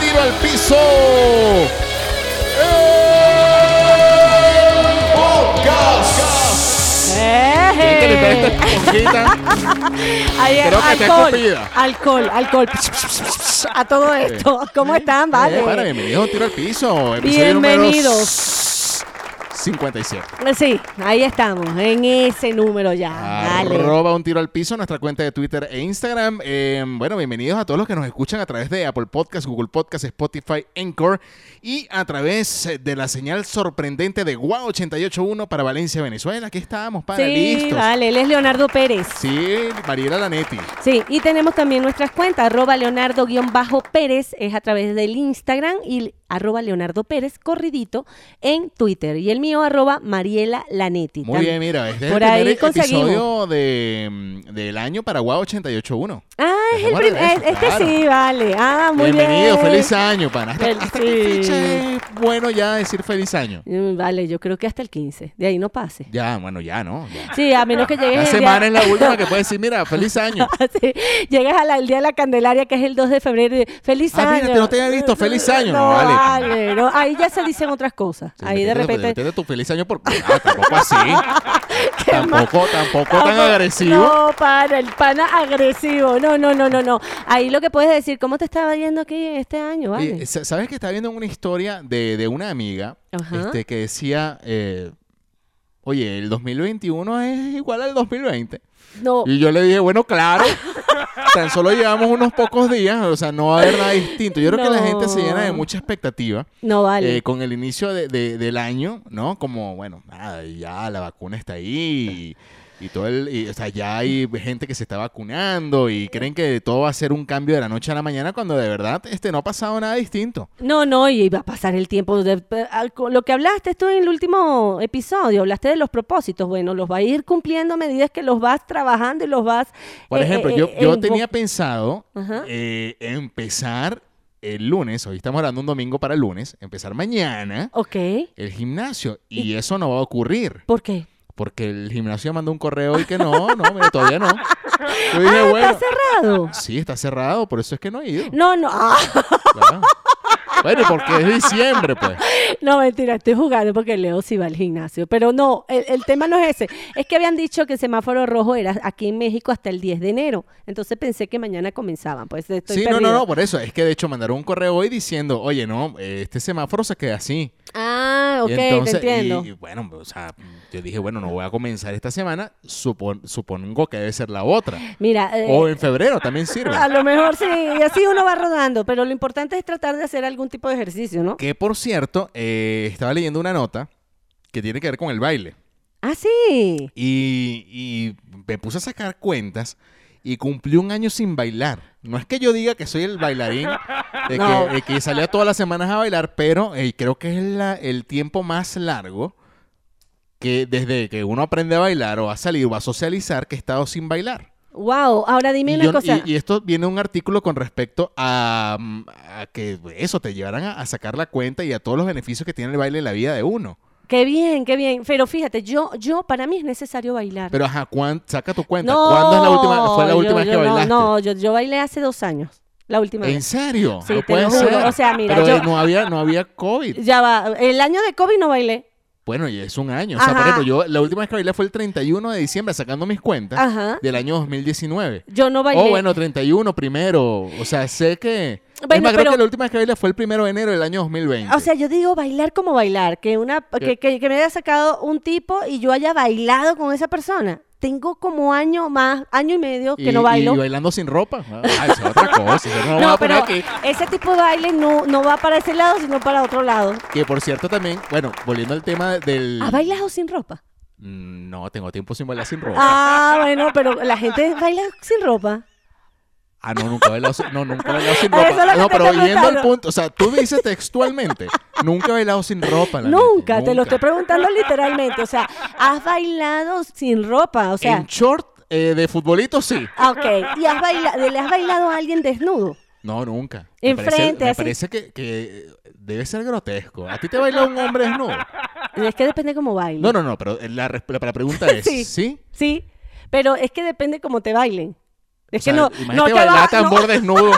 tiro al piso. ¡Eje! Eh, Ahí, este Creo que está alcohol, escupida. alcohol, alcohol. A todo esto. ¿Cómo están? Vale. Eh, para, bienvenidos a Tiro al Piso. episodio número Bienvenidos. 57. Sí, ahí estamos, en ese número Ah, ya. Dale. Arroba un tiro al piso, nuestra cuenta de Twitter e Instagram. Eh, bueno, bienvenidos a todos los que nos escuchan a través de Apple Podcast, Google Podcast, Spotify, Encore y a través de la señal sorprendente de Guau 881 para Valencia, Venezuela. Aquí estábamos, para Sí, listos. vale, él es Leonardo Pérez. Sí, Mariela Lanetti. Sí, y tenemos también nuestras cuentas, arroba leonardo-pérez, es a través del Instagram, y arroba leonardo pérez corridito en Twitter. Y el mío, arroba mariela lanetti. Muy Tam- bien, mira, este es Por el ahí primer conseguimos. episodio de, mm, del año para Guau 881. Ah, es el Estamos primer, de regreso, este claro. sí, vale. Ah, muy Bienvenido, bien. feliz año, pana. Hasta, Fel- hasta qué sí. fecha es bueno ya decir feliz año. Mm, Vale, yo creo que hasta el 15, de ahí no pase. Ya, bueno, ya, ¿no? Ya. Sí, a menos que llegues La el día- semana es la última que puedes decir, mira, feliz año. Sí, Llegas al día de la Candelaria, que es el 2 de febrero, y feliz Ah, año. mira, te- no te había visto, feliz año. No, No, vale. vale, no, ahí ya se dicen otras cosas. ahí de Métete- repente. métete tu feliz año por... Ah, tampoco así. tampoco, tampoco tan Tampoco- agresivo. Ah, No, para, el pana agresivo. No, no, no, no, no. Ahí lo que puedes decir, ¿cómo te estaba yendo aquí este año? Vale. Y, eh, sa- ¿Sabes que estaba viendo una historia de, de una amiga Ajá. este, que decía, eh, oye, el 2021 es igual al 2020? no. Y yo le dije, bueno, claro, tan solo llevamos unos pocos días, o sea, no va a haber nada distinto. Yo creo que la gente se llena de No. mucha expectativa. No vale. eh, con el inicio de- de- del año, ¿no? Como, bueno, nada, ya la vacuna está ahí y, y todo el... y, o sea, ya hay gente que se está vacunando y creen que todo va a ser un cambio de la noche a la mañana cuando de verdad este, no ha pasado nada distinto. No, no, y va a pasar el tiempo. De, al- con lo que hablaste tú en el último episodio, hablaste de los propósitos. Bueno, los va a ir cumpliendo a medida que los vas trabajando y los vas. Por eh, ejemplo, eh, yo, eh, yo envo- tenía pensado Ajá. eh, empezar el lunes, hoy estamos hablando un domingo para el lunes, empezar mañana Ok. el gimnasio y eso no va a ocurrir. ¿Por qué? Porque el gimnasio mandó un correo y que no, no, mira, todavía no. Yo dije, Ah, bueno, está cerrado. sí, está cerrado, por eso es que no he ido. No, no. ah, Claro. Bueno, porque es diciembre, pues. no, mentira, estoy jugando porque Leo sí va al gimnasio. Pero no, el, el tema no es ese. Es que habían dicho que el semáforo rojo era aquí en México hasta el 10 de enero. Entonces pensé que mañana comenzaban. Pues estoy sí, no, no, perdida. no, por eso. Es que de hecho mandaron un correo hoy diciendo, oye, no, eh, este semáforo se queda así. Ah, ok, y entonces, te entiendo. Y, y bueno, o sea, yo dije, bueno, no voy a comenzar esta semana, supon- supongo que debe ser la otra. Mira. eh, O en febrero también sirve. A lo mejor sí, y así uno va rodando, pero lo importante es tratar de hacer algún tipo de ejercicio, ¿no? Que por cierto, eh, estaba leyendo una nota que tiene que ver con el baile. Ah, sí. Y, y me puse a sacar cuentas y cumplí un año sin bailar. No es que yo diga que soy el bailarín, de No. que, de que salía todas las semanas a bailar, pero eh, creo que es la- el tiempo más largo que desde que uno aprende a bailar o ha salido o va a socializar que he estado sin bailar. Wow, ahora dime Y, una yo- cosa. y- y esto viene un artículo con respecto a, mm, a que eso te llevaran a, a sacar la cuenta y a todos los beneficios que tiene el baile en la vida de uno. Qué bien, qué bien. Pero fíjate, yo, yo, para mí es necesario bailar. Pero ajá, ¿cuán- saca tu cuenta. ¿Cuándo es la última, fue la yo- última vez yo que no, bailaste? No, yo, yo bailé hace dos años, la última ¿En vez. serio? Sí, no te puede lo juro. ser. O sea, mira, Pero yo- eh, no había, no había COVID. Ya va, el año de COVID no bailé. Bueno, y es un año. O sea, por Ajá. ejemplo, yo la última vez que bailé fue el 31 de diciembre, sacando mis cuentas Ajá. del año 2019. Yo no bailé. Oh, bueno, 31 primero. O sea, sé que. Bueno, es más, creo pero- que la última vez que bailé fue el primero de enero del año 2020. O sea, yo digo bailar como bailar, que una que, que- que me haya sacado un tipo y yo haya bailado con esa persona. Tengo como año más, año y medio que Y- no bailo. Y bailando sin ropa. Ah, esa es otra cosa. Yo no, me voy No, a poner pero aquí. ese tipo de baile no, no va para ese lado, sino para otro lado. Que por cierto también, bueno, volviendo al tema del. ¿Has bailado sin ropa? Mm, No, tengo tiempo sin bailar sin ropa. Ah, bueno, pero la gente baila sin ropa. Ah, no, nunca he bailado sin, no, nunca he bailado sin Eso ropa. es lo que no, te pero estoy yendo al preguntando. punto, o sea, tú dices textualmente, nunca he bailado sin ropa. la neta, Nunca, te lo estoy preguntando literalmente. O sea, has bailado sin ropa. O sea, En short eh, de futbolito, sí. ah, ok. ¿Y has bailado, le has bailado a alguien desnudo? No, nunca. Enfrente, Me así. parece, me parece que, que debe ser grotesco. ¿A ti te baila un hombre desnudo? Es que depende cómo baile. No, no, no, pero la, resp- la pregunta es, Sí. ¿sí? Sí, pero es que depende cómo te bailen. Es O sea, que no, imagínate no te bailar va- no- tambor desnudo.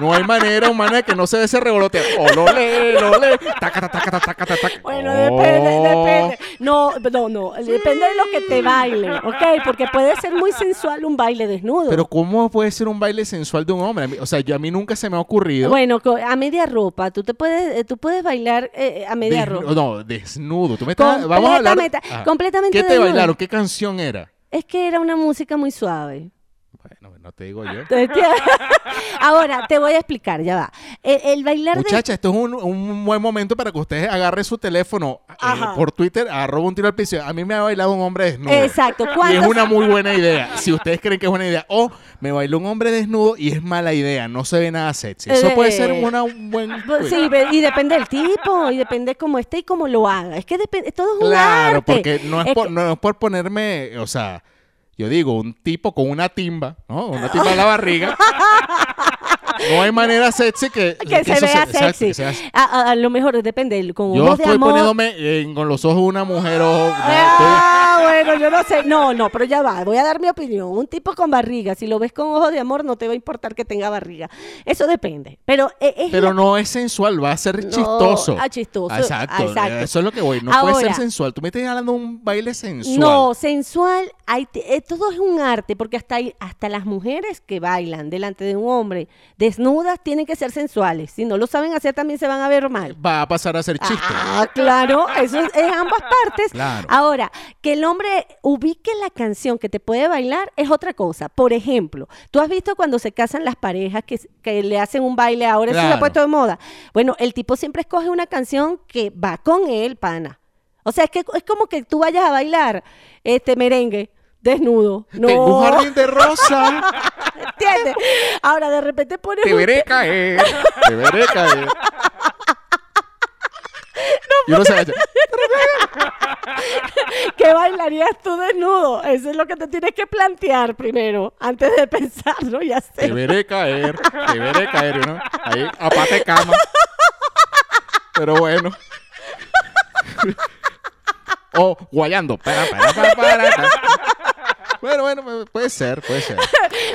No hay manera humana de que no se ve ese Oh, revoloteo. Olole, olole, taca, taca, taca, taca, taca, taca. Bueno, depende, Oh. depende. No, no, no. Depende de lo que te baile, ¿ok? Porque puede ser muy sensual un baile desnudo. Pero ¿cómo puede ser un baile sensual de un hombre? A mí- O sea, yo, a mí nunca se me ha ocurrido. bueno, co- a media ropa. Tú te puedes, eh, tú puedes bailar eh, a media desnu- ropa. No, desnudo. Tú me estás- vamos a hablar. Completamente- Ajá. completamente ¿Qué te desnudo. bailaron? ¿Qué canción era? Es que era una música muy suave. Bueno, no te digo yo. Te- te- Ahora, te voy a explicar, ya va. El, el bailar de Muchacha, esto es un, un buen momento para que ustedes agarren su teléfono eh, Ajá. por Twitter, arroba un tiro al piso. A mí me ha bailado un hombre desnudo. Exacto. Y es ¿Cuántos- una muy buena idea. Si ustedes creen que es buena idea. O me bailó un hombre desnudo y es mala idea. No se ve nada sexy. Eso Eh, puede ser una, un buen... Pues Sí, ve- y depende del tipo, y depende cómo esté y cómo lo haga. Es que depende, todo es un Claro, arte. porque no es, Es por, que- no es por ponerme, o sea, yo digo, un tipo con una timba, ¿no? Una timba en la barriga. No hay manera sexy que, que, se eso vea exacto, sexy. que sea sexy. a, a- a lo mejor depende, el- con Yo ojos de estoy amor. poniéndome en- con los ojos de una mujer ojo. no, Ah, bueno, yo no sé. No, no, pero ya va, voy a dar mi opinión. Un tipo con barriga, si lo ves con ojos de amor, no te va a importar que tenga barriga. Eso depende. Pero eh, es estoy- pero no es sensual, va a ser No, chistoso. ah, chistoso, Exacto, exacto. Eso es lo que voy. No puede Ahora- ser sensual. Tú me estás hablando de un baile sensual. No, sensual, hay, te- eh, todo es un arte, porque hasta, hay- hasta las mujeres que bailan delante de un hombre desnudas tienen que ser sensuales. Si no lo saben hacer, también se van a ver mal. Va a pasar a ser chiste. Ah, claro, eso es, en ambas partes. Claro. Ahora, que el hombre ubique la canción que te puede bailar es otra cosa. Por ejemplo, tú has visto cuando se casan las parejas que, que le hacen un baile, ahora eso se ha Claro. puesto de moda. Bueno, el tipo siempre escoge una canción que va con él, pana. O sea, es que es como que tú vayas a bailar este merengue desnudo. No, Tengo un jardín de rosa. ¿entiendes? Ahora de repente pones Te un- veré caer. Te veré caer. y uno se agacha. ¿Qué bailarías tú desnudo? Eso es lo que te tienes que plantear primero, antes de pensarlo y Te hacerlo. veré caer. Te veré caer. y uno ahí, apate cama. Pero bueno. o guayando. Para, para, para, para, para. Bueno, bueno, puede ser, puede ser.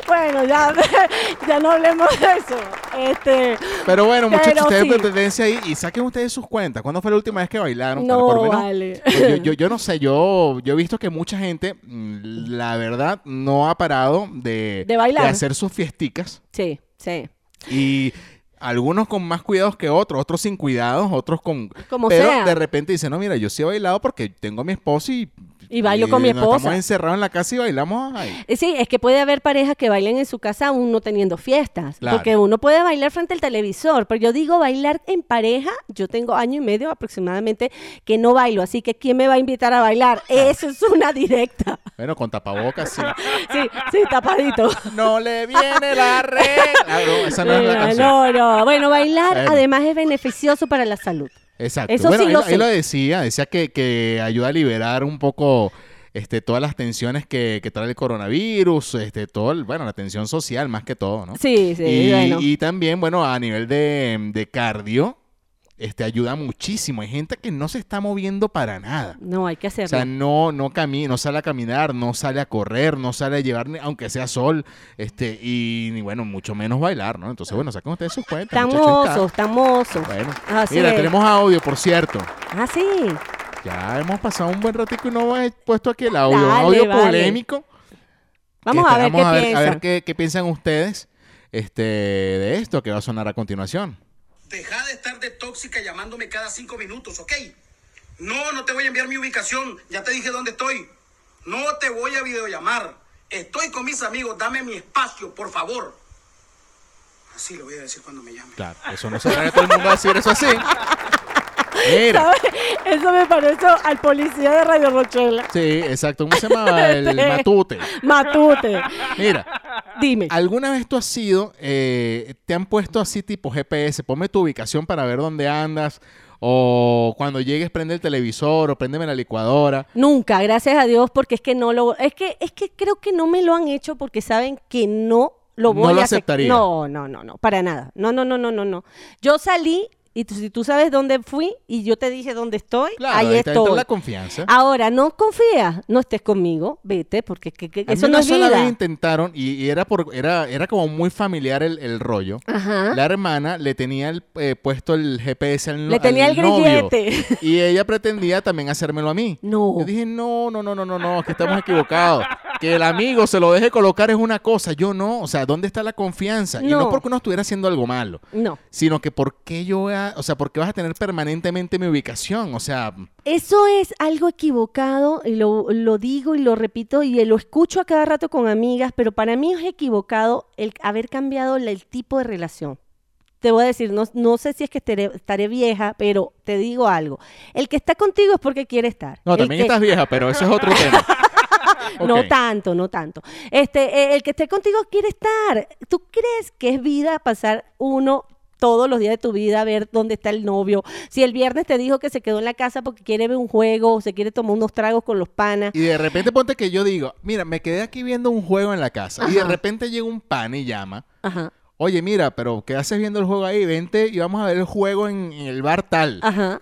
Bueno, ya, ya no hablemos de eso. Este, Pero bueno, muchachos, Pero ustedes sí. ven tendencia ahí y saquen ustedes sus cuentas. ¿Cuándo fue la última vez que bailaron? No, Por lo menos, pues, vale. Yo, yo- yo no sé, yo, yo he visto que mucha gente, mm, la verdad, no ha parado de, De bailar. hacer sus fiesticas. sí, sí. Y algunos con más cuidados que otros, otros sin cuidados, otros con... Como pero sea. de repente dicen, no, mira, yo sí he bailado porque tengo a mi esposo y... Y bailo con mi nos esposa. Estamos encerrados en la casa y bailamos ahí. Eh, Sí, es que puede haber parejas que bailen en su casa aún no teniendo fiestas, Claro. porque uno puede bailar frente al televisor, pero yo digo bailar en pareja, yo tengo año y medio aproximadamente que no bailo, así que ¿quién me va a invitar a bailar? Eso es una directa. Bueno, con tapabocas, sí. Sí, sí, tapadito. No le viene la red. Ah, no, esa no es la Mira, canción. Eh, No, no. Bueno, bailar Bueno. además es beneficioso para la salud. Exacto. Eso bueno, sí él, lo él sé. lo decía, decía que, que ayuda a liberar un poco este, todas las tensiones que, que trae el coronavirus, este, todo el- bueno, la tensión social más que todo, ¿no? Sí, sí, y, bueno. y también, bueno, a nivel de, de cardio, este, ayuda muchísimo. Hay gente que no se está moviendo para nada. No, hay que O hacerlo. sea, no, no camina, no sale a caminar, no sale a correr, no sale a llevar, ni- aunque sea sol, este, y, y bueno, mucho menos bailar, ¿no? Entonces, bueno, saquen ustedes sus cuentas. Ah. Tan muchachos, ahí está. osos, tan osos. Bueno, Así mira, es. tenemos audio, por cierto. Ah, sí. Ya hemos pasado un buen ratico y no hemos puesto aquí el audio. un Dale, audio vale. polémico. Vamos que a ver qué esperamos Este, a ver, a piensan. ver qué, qué piensan ustedes este, de esto que va a sonar a continuación. Deja de estar de tóxica llamándome cada cinco minutos, ¿ok? No, no te voy a enviar mi ubicación. Ya te dije dónde estoy. No te voy a videollamar. Estoy con mis amigos. Dame mi espacio, por favor. Así lo voy a decir cuando me llame. Claro, eso no se trata de todo el mundo a decir eso así. Mira. ¿Sabes? Eso me parece al policía de Radio Rochela. Sí, exacto. ¿Cómo se llamaba? El Este. matute. Matute. Mira, Dime. ¿alguna vez tú has sido, eh, te han puesto así tipo GPS, ponme tu ubicación para ver dónde andas, o cuando llegues prende el televisor, o préndeme la licuadora? Nunca, gracias a Dios, porque es que no lo es que es que creo que no me lo han hecho porque saben que no lo No voy lo a acep- aceptaría. No, no, no, no, para nada. No, no, no, no, no, no. Yo salí Y tú- si tú sabes dónde fui y yo te dije dónde estoy, Claro, ahí ahí está- ahí está estoy. la confianza. Ahora, no confías, no estés conmigo, vete, porque que- que- A mí eso no una es sola vez vida. intentaron y, y era por era era como muy familiar el, el rollo. Ajá. La hermana le tenía el, eh, puesto el GPS al no- Le tenía al el novio. grillete. Y ella pretendía también hacérmelo a mí. No. Yo dije, no, no, no, no, no, no, que estamos equivocados. Que el amigo se lo deje colocar es una cosa, yo no. O sea, ¿dónde está la confianza? Y No. no porque uno estuviera haciendo algo malo, No. sino que ¿por qué yo voy a- o sea, ¿por qué vas a tener permanentemente mi ubicación? O sea, Eso es algo equivocado, y lo, lo digo y lo repito y lo escucho a cada rato con amigas, pero para mí es equivocado el haber cambiado la- el tipo de relación. Te voy a decir, no, no sé si es que estaré, estaré vieja, pero te digo algo. El que está contigo es porque quiere estar. no, El también que- estás vieja, pero eso es otro tema. No Ok. tanto, no tanto. Este, eh, el que esté contigo quiere estar. ¿Tú crees que es vida pasar uno todos los días de tu vida a ver dónde está el novio? Si el viernes te dijo que se quedó en la casa porque quiere ver un juego o se quiere tomar unos tragos con los panas. Y de repente ponte que yo digo, mira, me quedé aquí viendo un juego en la casa. Y de Ajá. repente llega un pan y llama. Ajá, Oye, mira, pero ¿qué haces viendo el juego ahí? Vente y vamos a ver el juego en, en el bar tal. ajá.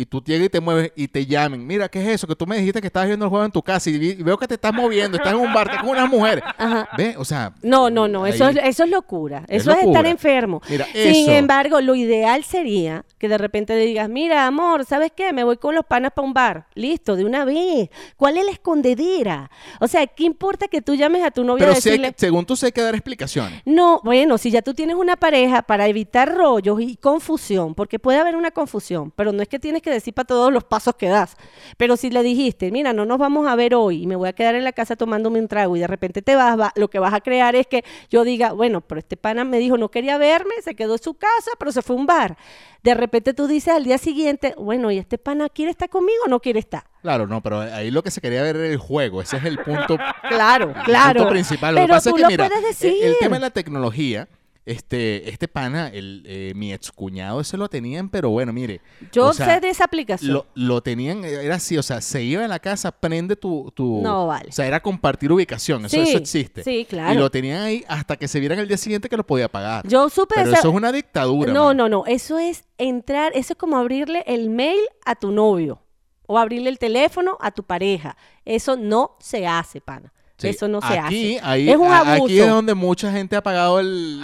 Y tú llegas y te mueves y te llamen. Mira, ¿qué es eso? Que tú me dijiste que estabas viendo el juego en tu casa y, vi- y veo que te estás moviendo, estás en un bar, estás con unas mujeres. Ajá. Ve, o sea. No, no, no, eso ahí- es, eso es locura. Es Eso es, estar locura. enfermo. Mira, Sin eso. embargo, lo ideal sería que de repente le digas, mira, amor, ¿sabes qué? Me voy con los panas para un bar. Listo, de una vez. ¿Cuál es la escondedera? O sea, ¿qué importa que tú llames a tu novia Pero a sí hay que- decirle... según tú, sí hay que dar explicaciones. No, bueno, si ya tú tienes una pareja para evitar rollos y confusión, porque puede haber una confusión, pero no es que tienes que decir para todos los pasos que das. Pero si le dijiste, mira, no nos vamos a ver hoy y me voy a quedar en la casa tomándome un trago y de repente te vas, va- lo que vas a crear es que yo diga, bueno, pero este pana me dijo no quería verme, se quedó en su casa, pero se fue a un bar. De repente tú dices al día siguiente, bueno, ¿y este pana quiere estar conmigo o no quiere estar? Claro, no, pero ahí lo que se quería ver era el juego. Ese es el punto Claro, El claro. punto principal. Lo Pero que pasa tú es que, lo mira, puedes el- decir. El, tema de la tecnología, este, este pana, el, eh, mi excuñado, ese lo tenían, pero bueno, mire. Yo o sea, sé de esa aplicación. Lo, lo tenían, eh, era así, o sea, se iba a la casa, prende tu, tu- No, vale. O sea, era compartir ubicación, eso, Sí, eso existe. sí, claro. Y lo tenían ahí hasta que se vieran el día siguiente que lo podía pagar. Yo supe de Pero esa- eso es una dictadura. No, man. no, no. Eso es entrar, eso es como abrirle el mail a tu novio o abrirle el teléfono a tu pareja. Eso no se hace, pana. Sí, Eso no se aquí, hace. ahí- es un a- Aquí abuso. es donde mucha gente ha pagado el,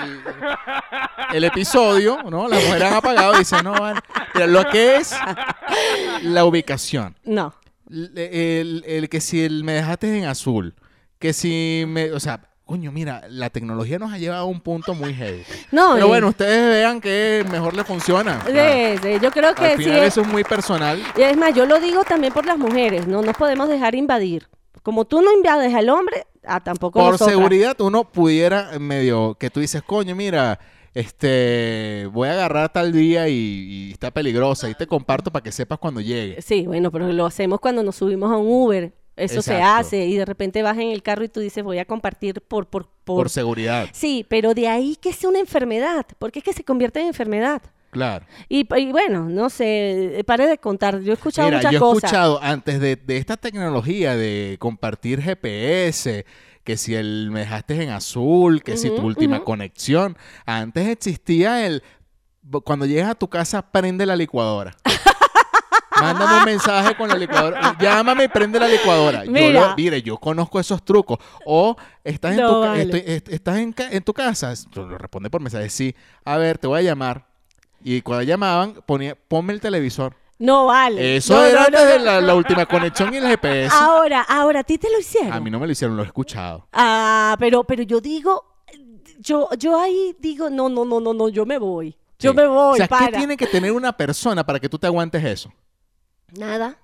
el episodio, ¿no? Las mujeres han apagado y dicen, no, vale. Mira, lo que es la ubicación. No. El, el- el que si el- me dejaste en azul, que si me... O sea, coño, mira, la tecnología nos ha llevado a un punto muy heavy. No, Pero y- bueno, ustedes vean que mejor le funciona. Sí, Claro. sí, Yo creo que Al sí. final es- eso es muy personal. Y es más, yo lo digo también por las mujeres. No nos podemos dejar invadir. Como tú no invades al hombre, ah, tampoco por nosotras. seguridad uno pudiera eh, medio que tú dices coño mira este voy a agarrar tal día y, y está peligrosa y te comparto para que sepas cuando llegue Sí, bueno, pero lo hacemos cuando nos subimos a un Uber. Eso se Exacto. hace y de repente vas en el carro y tú dices voy a compartir por por por, por, seguridad Sí, pero de ahí que sea una enfermedad, porque es que se convierte en enfermedad. claro Y, y bueno, no sé, eh, pare de contar, yo he escuchado mira yo muchas he cosas. escuchado antes de, de esta tecnología de compartir GPS que si el me dejaste en azul que si tu Ujú, última ujú. conexión antes existía el cuando llegas a tu casa prende la licuadora Mándame un mensaje con la licuadora. Llámame y prende la licuadora. Yo Mira. lo- mire, yo conozco esos trucos. O estás en No tu ca- vale. estoy- est- estás en, ca- en tu casa. Tú Lo responde por mensaje. Sí, a ver, te voy a llamar. Y cuando llamaban, ponía, ponme el televisor. No vale. Eso No, no, era no, antes no. de Ah, la, la última conexión y el GPS. Ahora, ahora, ¿a ti te lo hicieron? A mí no me lo hicieron, lo he escuchado. Ah, pero, pero yo digo, yo, yo ahí digo, no, no, no, no, no, yo me voy. Yo Sí. me voy, O sea, para. ¿qué tiene que tener una persona para que tú te aguantes eso? Nada.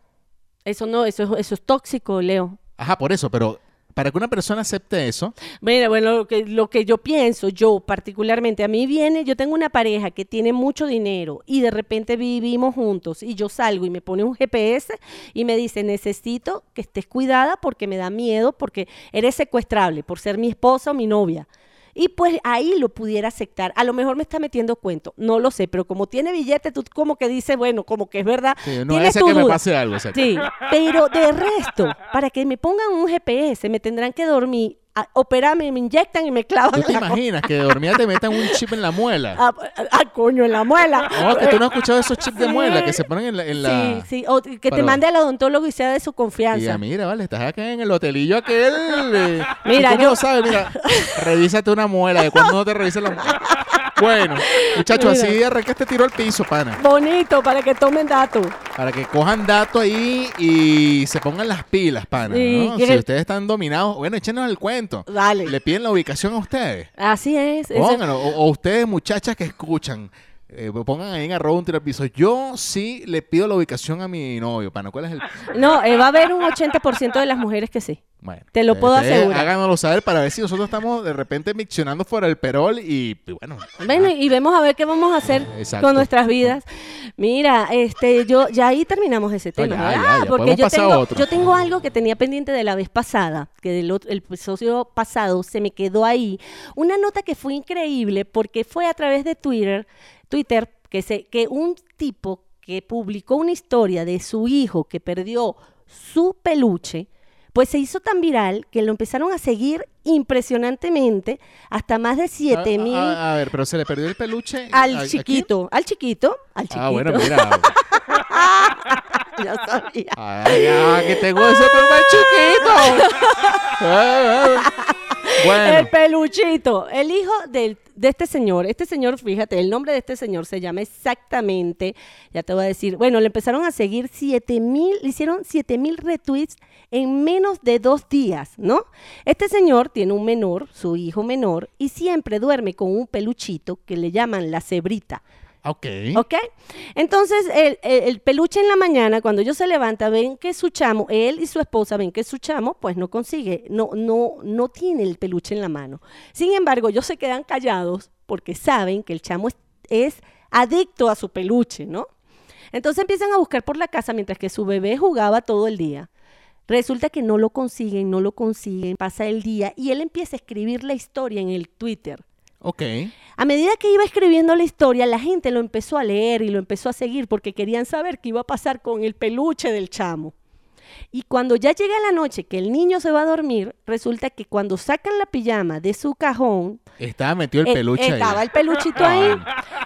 Eso no, eso, es- eso es tóxico, Leo. Ajá, por eso, pero para que una persona acepte eso, Mira, bueno, lo que, lo que yo pienso, yo particularmente, a mí viene, yo tengo una pareja que tiene mucho dinero y de repente vivimos juntos y yo salgo y me pone un GPS y me dice, necesito que estés cuidada porque me da miedo, porque eres secuestrable por ser mi esposa o mi novia. Y pues ahí lo pudiera aceptar. A lo mejor me está metiendo cuento, no lo sé, pero como tiene billete, tú como que dices, bueno, como que es verdad. Sí, no vaya tienes a ser tu que me duda. pase algo, exacto. Sí, pero de resto, para que me pongan un GPS, me tendrán que dormir a- operame, me inyectan y me clavan. ¿Tú te la co- imaginas que de dormida te metan un chip en la muela? Ah, ah, coño, en la muela. No, que tú no has escuchado esos chips de muela que se ponen en la... en la- Sí, sí, o que te Para- mande al odontólogo y sea de su Y ya, confianza. mira, vale, estás acá en el hotelillo aquel. eh, Mira, si tú no yo- lo sabes, mira, revísate una muela, de cuando no te revisas la muela. Bueno, muchachos, Mira. así arrancaste tiro al piso, pana. Bonito, para que tomen datos. Para que cojan datos ahí y se pongan las pilas, pana. Sí, ¿no? que- Si ustedes están dominados, bueno, échenos el cuento. Dale. Le piden la ubicación a ustedes. Así es. eso- Pónganlo. O, o ustedes, muchachas que escuchan, eh, pongan ahí en arroba un tiro al piso. Yo sí le pido la ubicación a mi novio, pana. ¿Cuál es el...? No, eh, va a haber un 80% de las mujeres que sí. Bueno, eh, Te lo puedo ustedes asegurar. Háganoslo saber para ver si nosotros estamos de repente miccionando fuera el perol y, y bueno. Bueno, y vemos a ver qué vamos a hacer Ah. Exacto. con nuestras vidas. Mira, este, yo ya ahí terminamos ese tema. ya, ya, Ah, ya, porque podemos yo pasar a tengo, otro. yo tengo algo que tenía pendiente de la vez pasada, que del otro- el episodio pasado se me quedó ahí. Una nota que fue increíble porque fue a través de Twitter, Twitter, que se, que un tipo que publicó una historia de su hijo que perdió su peluche. Pues se hizo tan viral que lo empezaron a seguir impresionantemente hasta más Ah, de 7 a, mil a- a ver, pero se le perdió el peluche. al ¿A- a chiquito, al chiquito, al quién? chiquito. Ah, bueno, pues. mira. ya sabía. Ay, ah, que tengo ese peluche chiquito. Eh, eh. El Bueno, Eh, peluchito, el hijo del- de este señor, este señor, fíjate, el nombre de este señor se llama exactamente, ya te voy a decir, bueno, le empezaron a seguir 7 mil, le hicieron 7 mil retweets en menos de dos días, ¿no? Este señor tiene un menor, su hijo menor, y siempre duerme con un peluchito que le llaman la cebrita. ok. ¿Ok? Entonces, el, el- el peluche en la mañana, cuando ellos se levanta, ven que su chamo, él y su esposa ven que su chamo, pues no consigue, no, no, no tiene el peluche en la mano. Sin embargo, ellos se quedan callados porque saben que el chamo es, es adicto a su peluche, ¿no? Entonces empiezan a buscar por la casa mientras que su bebé jugaba todo el día. Resulta que no lo consiguen, no lo consiguen, pasa el día y él empieza a escribir la historia en el Twitter. Ok. A medida que iba escribiendo la historia, la gente lo empezó a leer y lo empezó a seguir porque querían saber qué iba a pasar con el peluche del chamo. Y cuando ya llega la noche que el niño se va a dormir, resulta que cuando sacan la pijama de su cajón, Estaba metido el eh, peluche ahí. estaba el peluchito ahí.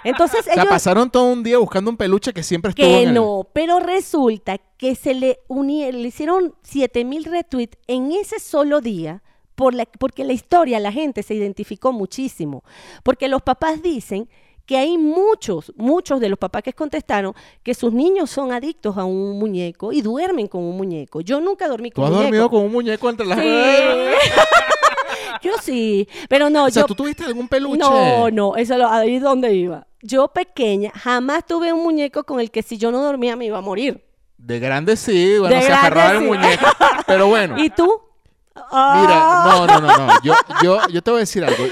Entonces O sea, ellos pasaron todo un día buscando un peluche que siempre estuvo que en el- no, pero resulta que se le uni- le hicieron 7000 retweets en ese solo día. Por la, porque la historia, la gente se identificó muchísimo. Porque los papás dicen que hay muchos, muchos de los papás que contestaron que sus niños son adictos a un muñeco y duermen con un muñeco. Yo nunca dormí Tú con has un dormido muñeco. con un muñeco entre las... Sí. yo sí, pero no, O sea, yo... ¿tú tuviste algún peluche? No, no, eso lo, ahí es donde iba. Yo pequeña jamás tuve un muñeco con el que si yo no dormía me iba a morir. De grande sí, bueno, De se grande aferraba el sí. muñeco. Pero bueno, ¿Y tú? mira, Ah, no, no, no, no. Yo, yo, yo te voy a decir algo.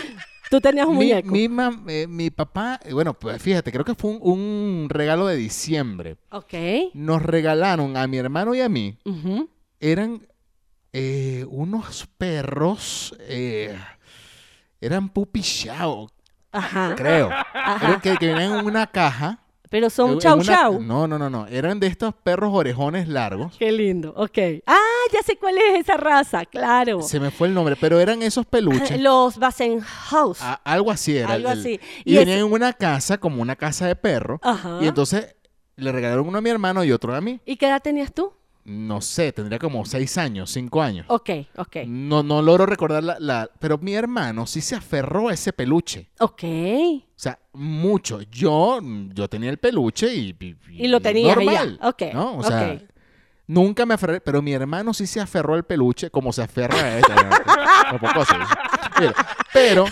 Tú tenías un Mi, muñeco. mi mam- eh, mi papá, eh, bueno, pues fíjate, creo que fue un, un regalo de diciembre. Ok. Nos regalaron a mi hermano y a mí, Ujú. eran eh, unos perros, eh, eran pupichao, Ajá. creo. Ajá. Creo que, que venían en una caja. Pero en- son en chau una- chau. No, no, no, no. Eran de estos perros orejones largos. Qué lindo. Ok. Ah, ya sé cuál es esa raza. Claro. Se me fue el nombre, pero eran esos peluches. Los Basenhaus. A- algo así Ah, era. Algo así. Y, Y venían ese- en una casa, como una casa de perro. Ajá. Y entonces le regalaron uno a mi hermano y otro a mí. ¿Y qué edad tenías tú? No sé, tendría como seis años, cinco años. Ok, ok. No, no logro recordar la, la- Pero mi hermano sí se aferró a ese peluche. Ok. O sea, mucho. Yo, yo tenía el peluche y... Y lo tenías y ya. normal, Ok, ¿no? O sea, ok. nunca me aferré, pero mi hermano sí se aferró al peluche como se aferra a este. ¿no? Tampoco así. Mira, pero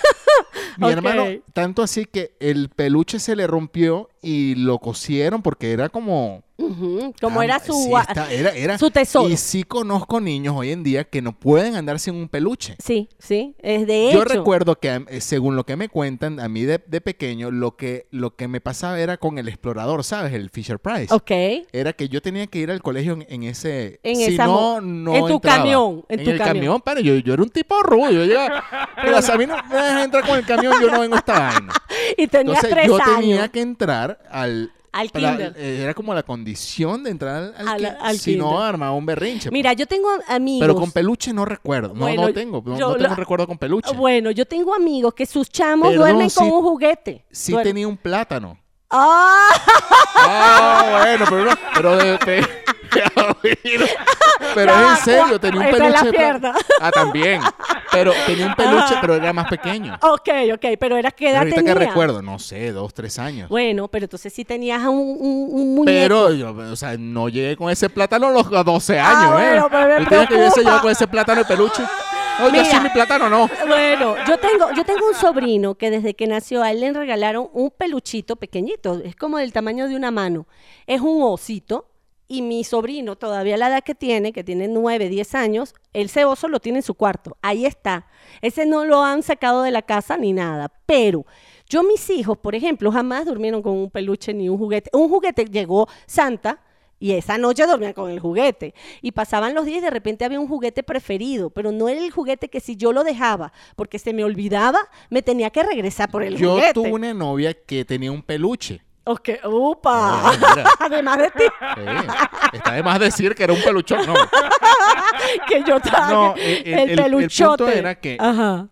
mi Ok. hermano, tanto así que el peluche se le rompió y lo cosieron porque era como... Ujú. Como Ah, era su, sí, gua- está- era, era- su tesoro. Y sí conozco niños hoy en día que no pueden andar sin un peluche. Sí, sí. Es de hecho. Yo recuerdo que, eh, según lo que me cuentan, a mí de, de pequeño, lo que, lo que me pasaba era con el explorador, ¿sabes? El Fisher Price. Ok. Era que yo tenía que ir al colegio en, en ese. En si esa no, mo- no. en tu entraba. camión, en tu el camión. camión, pana, yo, yo era un tipo rudo. Yo llegaba. Pero a mí no me dejas entrar con el camión, yo no vengo a esta vaina. Y tenías Entonces tres yo años. tenía que entrar al. al La- kinder. eh, era como la condición de entrar al, A la- kinder. al si no kinder. armaba un berrinche. pues. Mira, yo tengo amigos. Pero con peluche no recuerdo. No, Bueno, no tengo. No, yo no tengo lo- recuerdo con peluche. Bueno, yo tengo amigos que sus chamos Perdón, duermen con sí- un juguete. sí Duermen. tenía un plátano. ¡Ah! Ah, bueno, pero no. Pero de. de- pero es en serio, tenía un Esta es la peluche. de pla- pierna. Ah, también. Pero tenía un peluche, pero era más pequeño. Ok, ok, pero era que Pero edad ahorita tenía. que recuerdo, no sé, dos, tres años. Bueno, pero entonces sí tenías un, un, un muñeco. Pero, yo, o sea, no llegué con ese plátano a los 12 años, Ah, ¿eh? bueno, pero me Yo tenía que hubiese preocupa. llegado con ese plátano y peluche. No, yo Mira. sí mi plátano no. Bueno, yo tengo, yo tengo un sobrino que desde que nació a él le regalaron un peluchito pequeñito, es como del tamaño de una mano. Es un osito y mi sobrino, todavía la edad que tiene, que tiene 9, 10 años, el ese oso lo tiene en su cuarto. Ahí está. Ese no lo han sacado de la casa ni nada. Pero yo mis hijos, por ejemplo, jamás durmieron con un peluche ni un juguete. Un juguete llegó Santa. Y esa noche dormía con el juguete. Y pasaban los días y de repente había un juguete preferido, pero no era el juguete que si yo lo dejaba, porque se me olvidaba, me tenía que regresar por el Yo juguete. tuve una novia que tenía un peluche. Ok, upa. Ah, mira. Además de ti, Sí. Está de más decir que era un peluchón. No, que yo traje No, eh, el, el- el- el punto peluchote. Ah. era que- Ajá.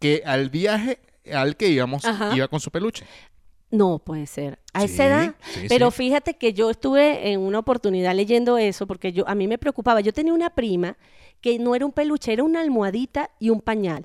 que al viaje al que íbamos Ajá. iba con su peluche. No, puede ser. A Sí, esa edad. sí, pero sí. fíjate que yo estuve en una oportunidad leyendo eso porque yo a mí me preocupaba. Yo tenía una prima que no era un peluche, era una almohadita y un pañal.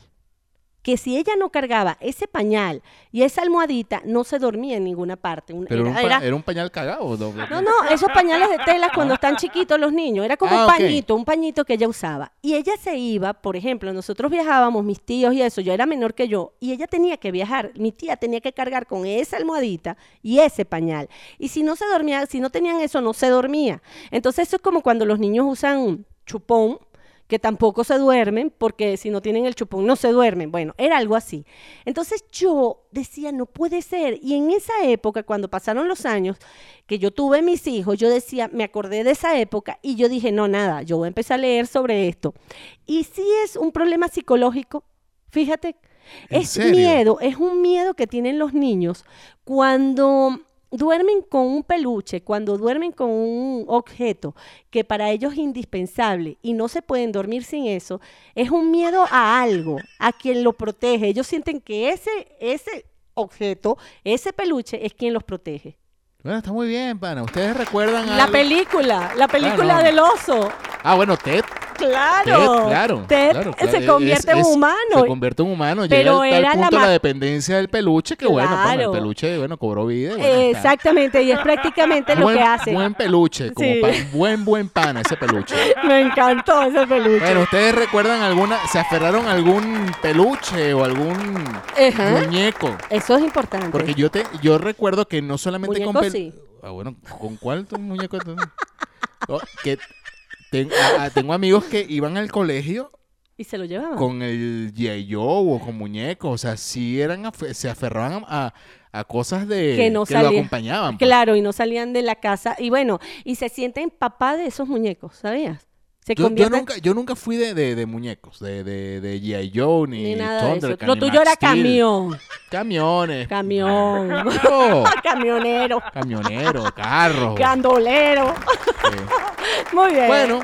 Que si ella no cargaba ese pañal y esa almohadita, no se dormía en ninguna parte. Un- Pero era- era, un, pa- era- Ah, era un pañal cagado. No, No, no, esos pañales de tela cuando están chiquitos los niños, era como Ah, un ok. pañito, un pañito que ella usaba. Y ella se iba, por ejemplo, nosotros viajábamos, mis tíos y eso, yo era menor que yo, y ella tenía que viajar, mi tía tenía que cargar con esa almohadita y ese pañal. Y si no se dormía, si no tenían eso, no se dormía. Entonces eso es como cuando los niños usan chupón que tampoco se duermen, porque si no tienen el chupón no se duermen. Bueno, era algo así. Entonces yo decía, no puede ser. Y en esa época, cuando pasaron los años que yo tuve mis hijos, yo decía, me acordé de esa época y yo dije, no, nada, yo voy a empezar a leer sobre esto. Y sí es un problema psicológico, fíjate, ¿En es serio? miedo, es un miedo que tienen los niños cuando duermen con un peluche, cuando duermen con un objeto que para ellos es indispensable y no se pueden dormir sin eso, es un miedo a algo, a quien lo protege. Ellos sienten que ese, ese objeto, ese peluche es quien los protege. Bueno, está muy bien, pana. Ustedes recuerdan La algo? película, la película Claro. del oso. Ah, bueno, Ted. Claro. Ted, claro. Ted claro, claro. se Es- convierte en es- humano. Se convierte en humano. Pero Pero llega al era tal la punto la, ma- dependencia del peluche que, bueno, pana, Claro. el peluche, bueno, cobró vida. y bueno, ahí está. Ah, Exactamente, y es prácticamente lo Buen- que hace. Buen peluche, como Sí. pa- buen, buen pana ese peluche. Me encantó ese peluche. Bueno, ¿ustedes recuerdan alguna, se aferraron a algún peluche o algún Ajá. muñeco? Eso es importante. Porque yo te, yo recuerdo que no solamente Muñeco, con pel- sí. Ah, bueno, ¿con cuál tu muñeco? tú? No, que ten- a- a- tengo amigos que iban al colegio y se lo llevaban. con el G.I. Joe o con muñecos, o sea, sí eran, afe- se aferraban a, a cosas de que no lo salían. acompañaban. pues. Claro, y no salían de la casa. Y bueno, y se sienten papá de esos muñecos, ¿sabías? Se pues. Yo, yo convierten nunca, yo nunca fui de, de, de muñecos, de, de, de G.I. Joe, ni, ni nada de eso. Thundercat, Lo ni tuyo Max era Steel. camión. Camiones. Camión. Claro. Camionero. Camionero, este. carro. Candolero. Sí. Muy bien. Bueno,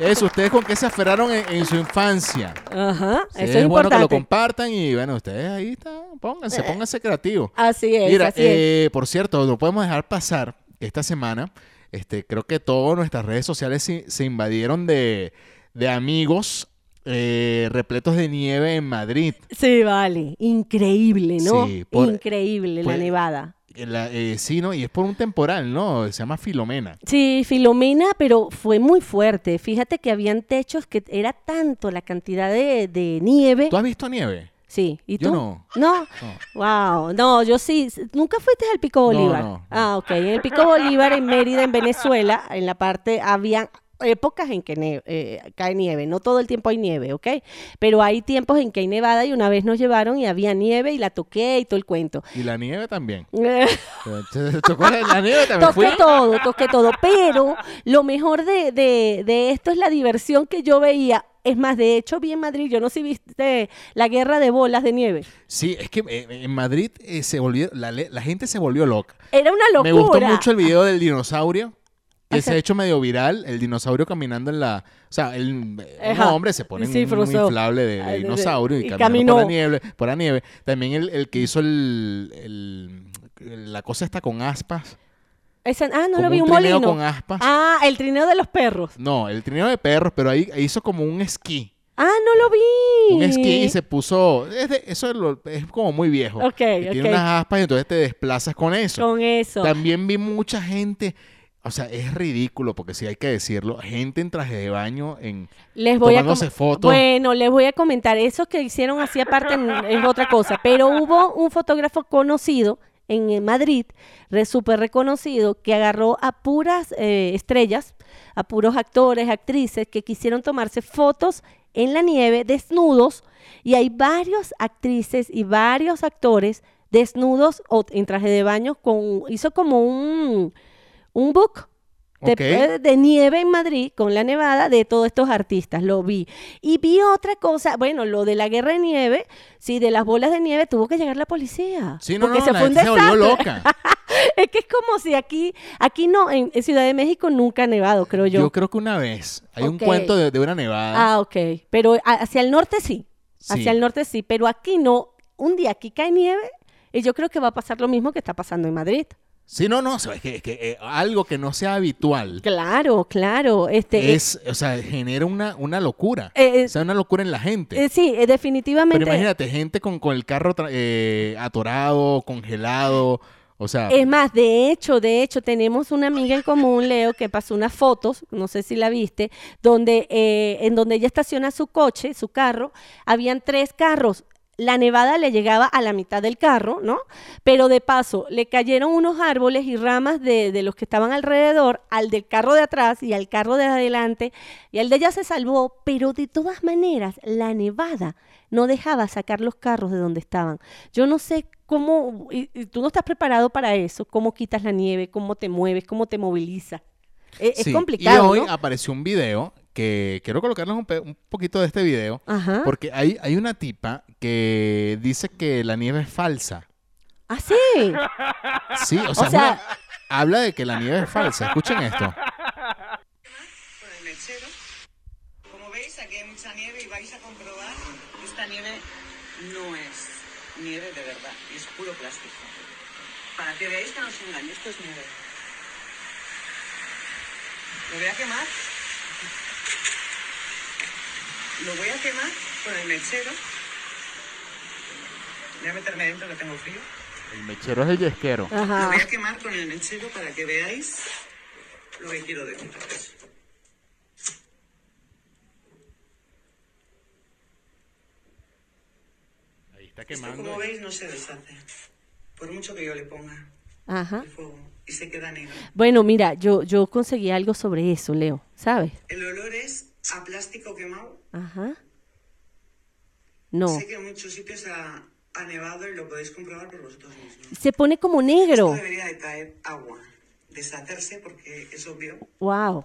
eso, ustedes con qué se aferraron en, en su infancia. Ajá, Sí, eso es, es, bueno que lo importante. compartan y bueno, ustedes ahí están, pónganse, pónganse creativos. así es, Mira, así es. eh, por cierto, no podemos dejar pasar esta semana. Este, creo que todas nuestras redes sociales se, se invadieron de, de amigos eh, repletos de nieve en Madrid. Sí, vale. Increíble, ¿no? sí, por- Increíble pues- la nevada. En la- eh, sí, ¿no? Y es por un temporal, ¿no? Se llama Filomena. Sí, Filomena, pero fue muy fuerte. Fíjate que habían techos que era tanto la cantidad de, de nieve. ¿Tú has visto nieve? Sí, ¿y tú? Yo no. ¿No? Wow, no, yo sí. ¿Nunca fuiste al Pico No, Bolívar? no. Ah, ok. En el Pico Bolívar, en Mérida, en Venezuela, en la parte había épocas en que nie- eh, cae nieve. No todo el tiempo hay nieve, ¿ok? Pero hay tiempos en que hay nevada y una vez nos llevaron y había nieve y la toqué y todo el cuento. Y la nieve también. Eh, Entonces, ¿tocó la- la nieve también? Toqué Fui- todo, toqué todo. Pero lo mejor de, de- de esto es la diversión que yo veía. Es más, de hecho, vi en Madrid, yo no sé si viste la guerra de bolas de nieve. Sí, es que eh, en Madrid eh, se volvió, la, le- la gente se volvió loca. Era una locura. Me gustó mucho el video del dinosaurio. Que se Ajá. ha hecho medio viral, el dinosaurio caminando en la... O sea, el, un Ajá. hombre se pone en Sí, un, frustó. inflable de, de Ay, de- de- dinosaurio y, y caminando por la, caminó. nieve, por la nieve. También el, el que hizo el, el- el- La cosa está con aspas. Esa- ah, no como lo vi, un, trineo molino. con aspas. Ah, el trineo de los perros. No, el trineo de perros, pero ahí hizo como un esquí. Ah, no lo vi. Un esquí y se puso... es de- eso lo- es como muy viejo. Ok, Que Tiene ok. unas aspas y entonces te desplazas con eso. Con eso. También vi mucha gente, o sea, es ridículo porque sí hay que decirlo, gente en traje de baño en Les voy tomándose a com- fotos. Bueno, les voy a comentar. Eso que hicieron así aparte n- es otra cosa. Pero hubo un fotógrafo conocido en eh, Madrid, re- súper reconocido, que agarró a puras eh, estrellas, a puros actores, actrices, que quisieron tomarse fotos en la nieve desnudos. Y hay varios actrices y varios actores desnudos o en traje de baño. Con, hizo como un, un book de, Ok. eh, de nieve en Madrid con la nevada de todos estos artistas, lo vi. Y vi otra cosa, bueno, lo de la guerra de nieve, sí, de las bolas de nieve, tuvo que llegar la policía. Sí, no, porque no, se la fue un gente se volvió desastre. loca. es que es como si aquí, aquí no, en, en Ciudad de México nunca ha nevado, creo Yo, yo. creo que una vez hay un Ok. cuento de, de una nevada. Ah, ok. Pero a- hacia el norte sí, Sí. hacia el norte sí, pero aquí no. Un día aquí cae nieve y yo creo que va a pasar lo mismo que está pasando en Madrid. Sí, no, no, o sea, es que, es que, eh, algo que no sea habitual Claro, claro. Este, es, o sea, genera una, una locura. Eh, o sea, una locura en la gente. eh, sí, eh, definitivamente. Pero imagínate, gente con, con el carro tra- eh, atorado, congelado, o sea... Es más, de hecho, de hecho, tenemos una amiga en común, Leo, que pasó unas fotos, no sé si la viste, donde eh, en donde ella estaciona su coche, su carro, habían tres carros. La nevada le llegaba a la mitad del carro, ¿no? Pero de paso, le cayeron unos árboles y ramas de, de los que estaban alrededor, al del carro de atrás y al carro de adelante, y el de ella se salvó, pero de todas maneras, la nevada no dejaba sacar los carros de donde estaban. Yo no sé cómo, y- y tú no estás preparado para eso, cómo quitas la nieve, cómo te mueves, cómo te movilizas. Es, es sí. complicado. Y hoy ¿no? apareció un video que quiero colocarles un, pe- un poquito de este video. Ajá. Porque hay, hay una tipa que dice que la nieve es falsa. Ah, sí. Sí, o sea, es sea- una- habla de que la nieve es falsa. Escuchen esto. por el mechero. Como veis, aquí hay mucha nieve y vais a comprobar que esta nieve no es nieve de verdad, es puro plástico. Para que veáis que no os engaño, esto es nieve. Lo voy a quemar. Lo voy a quemar con el mechero. Voy a meterme dentro que tengo frío. El mechero es el yesquero. Lo Ajá. voy a quemar con el mechero para que veáis lo que quiero decir. Ahí está Esto, como veis, no se deshace. Por mucho que yo le ponga Ajá. el fuego y se queda negro. Bueno, mira, yo, yo conseguí algo sobre eso, Leo, ¿sabes? El olor es a plástico quemado. Ajá. No. Sé que en muchos sitios ha, ha nevado y lo podéis comprobar por vosotros mismos. Se pone como negro. Esto debería de caer agua, deshacerse porque es obvio Wow.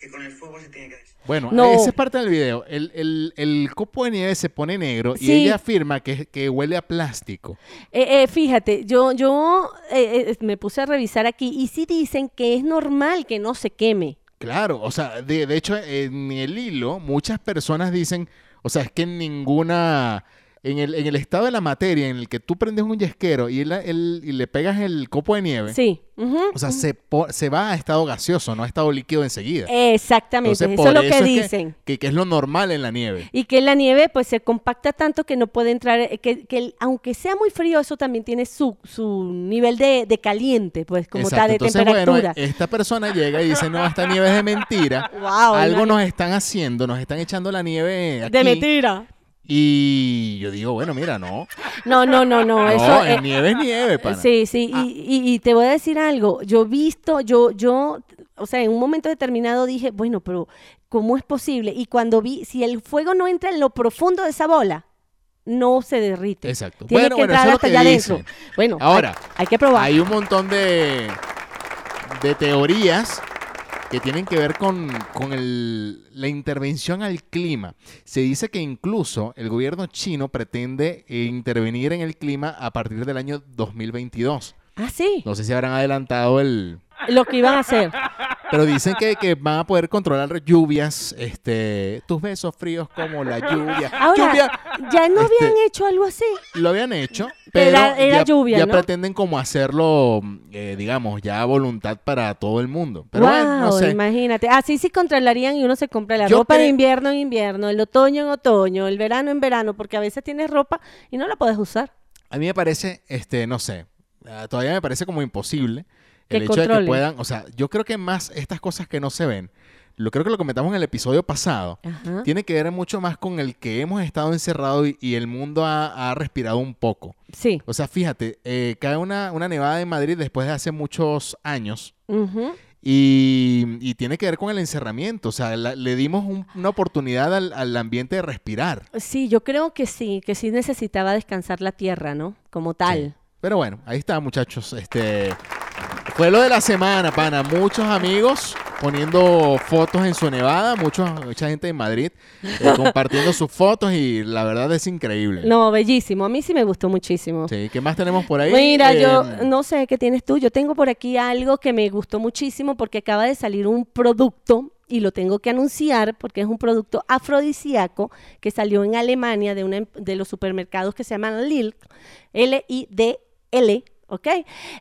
que con el fuego se tiene que deshacer. Bueno, No. esa es parte del video. El, el- el copo de nieve se pone negro y Sí. ella afirma que, que huele a plástico. Eh, eh, fíjate, yo, yo eh, eh, me puse a revisar aquí y sí dicen que es normal que no se queme. Claro, o sea, de, de hecho, en el hilo, muchas personas dicen, o sea, es que en ninguna, en el, en el estado de la materia en el que tú prendes un yesquero y, la- el- y le pegas el copo de nieve, Sí. ujú. o sea, se, po- se va a estado gaseoso, no a estado líquido enseguida. Exactamente. eso es lo que dicen. que, que es lo normal en la nieve. Y que la nieve pues se compacta tanto que no puede entrar, eh, que, que el- aunque sea muy frío, eso también tiene su, su nivel de, de caliente, pues como Exacto. tal, de Entonces, temperatura. bueno, eh, esta persona llega y dice, no, esta nieve es de mentira. Guau, Algo una- nos están haciendo, nos están echando la nieve aquí. de mentira. Y yo digo, bueno, mira, no. No, no, no, no. No, eso, es eh, nieve es nieve, pana. Ah. Sí, sí, y- y, y te voy a decir algo, yo he visto, yo, yo, o sea, en un momento determinado dije, bueno, pero ¿cómo es posible? Y cuando vi, si el fuego no entra en lo profundo de esa bola, no se derrite. Exacto. Tiene Bueno, que bueno, entrar eso es lo hasta que allá dicen. adentro. Bueno, hay- Ahora, hay, que probar. Hay un montón de, de teorías que tienen que ver con, con el- la intervención al clima. Se dice que incluso el gobierno chino pretende eh, intervenir en el clima a partir del año 2022. Ah, sí. No sé si habrán adelantado el... Lo que iban a hacer. Pero dicen que, que van a poder controlar lluvias, este, tus besos fríos como la lluvia. Ahora, lluvia ya no Este- habían hecho algo así. lo habían hecho, pero Era- era ya, lluvia, ya ¿no? pretenden como hacerlo, eh, digamos, ya a voluntad para todo el mundo. Pero wow, bueno, no sé. imagínate. Así sí controlarían y uno se compra la Yo ropa de creo- invierno en invierno, el otoño en otoño, el verano en verano, porque a veces tienes ropa y no la puedes usar. A mí me parece, este, no sé, eh, todavía me parece como imposible Que el hecho de que controlen. puedan, o sea, yo creo que más estas cosas que no se ven, lo creo que lo comentamos en el episodio pasado, Ajá. tiene que ver mucho más con el que hemos estado encerrados y, y el mundo ha, ha respirado un poco. Sí. O sea, fíjate, eh, cae una, una nevada en Madrid después de hace muchos años. Ujú. Y, y tiene que ver con el encerramiento, o sea, la- le dimos un- una oportunidad al, al ambiente de respirar. Sí, yo creo que sí, que sí necesitaba descansar la tierra, ¿no? Como Sí. tal. Pero bueno, ahí está, muchachos. Este fue lo de la semana, pana. Muchos amigos poniendo fotos en su nevada, muchos, mucha gente en Madrid eh, compartiendo sus fotos y la verdad es increíble. No, bellísimo. A mí sí me gustó muchísimo. Sí, ¿qué más tenemos por ahí? Mira, Eh, yo no sé qué tienes tú. Yo tengo por aquí algo que me gustó muchísimo porque acaba de salir un producto y lo tengo que anunciar porque es un producto afrodisíaco que salió en Alemania de, una, em- de los supermercados que se llaman Lidl, L-I-D-L, ¿ok?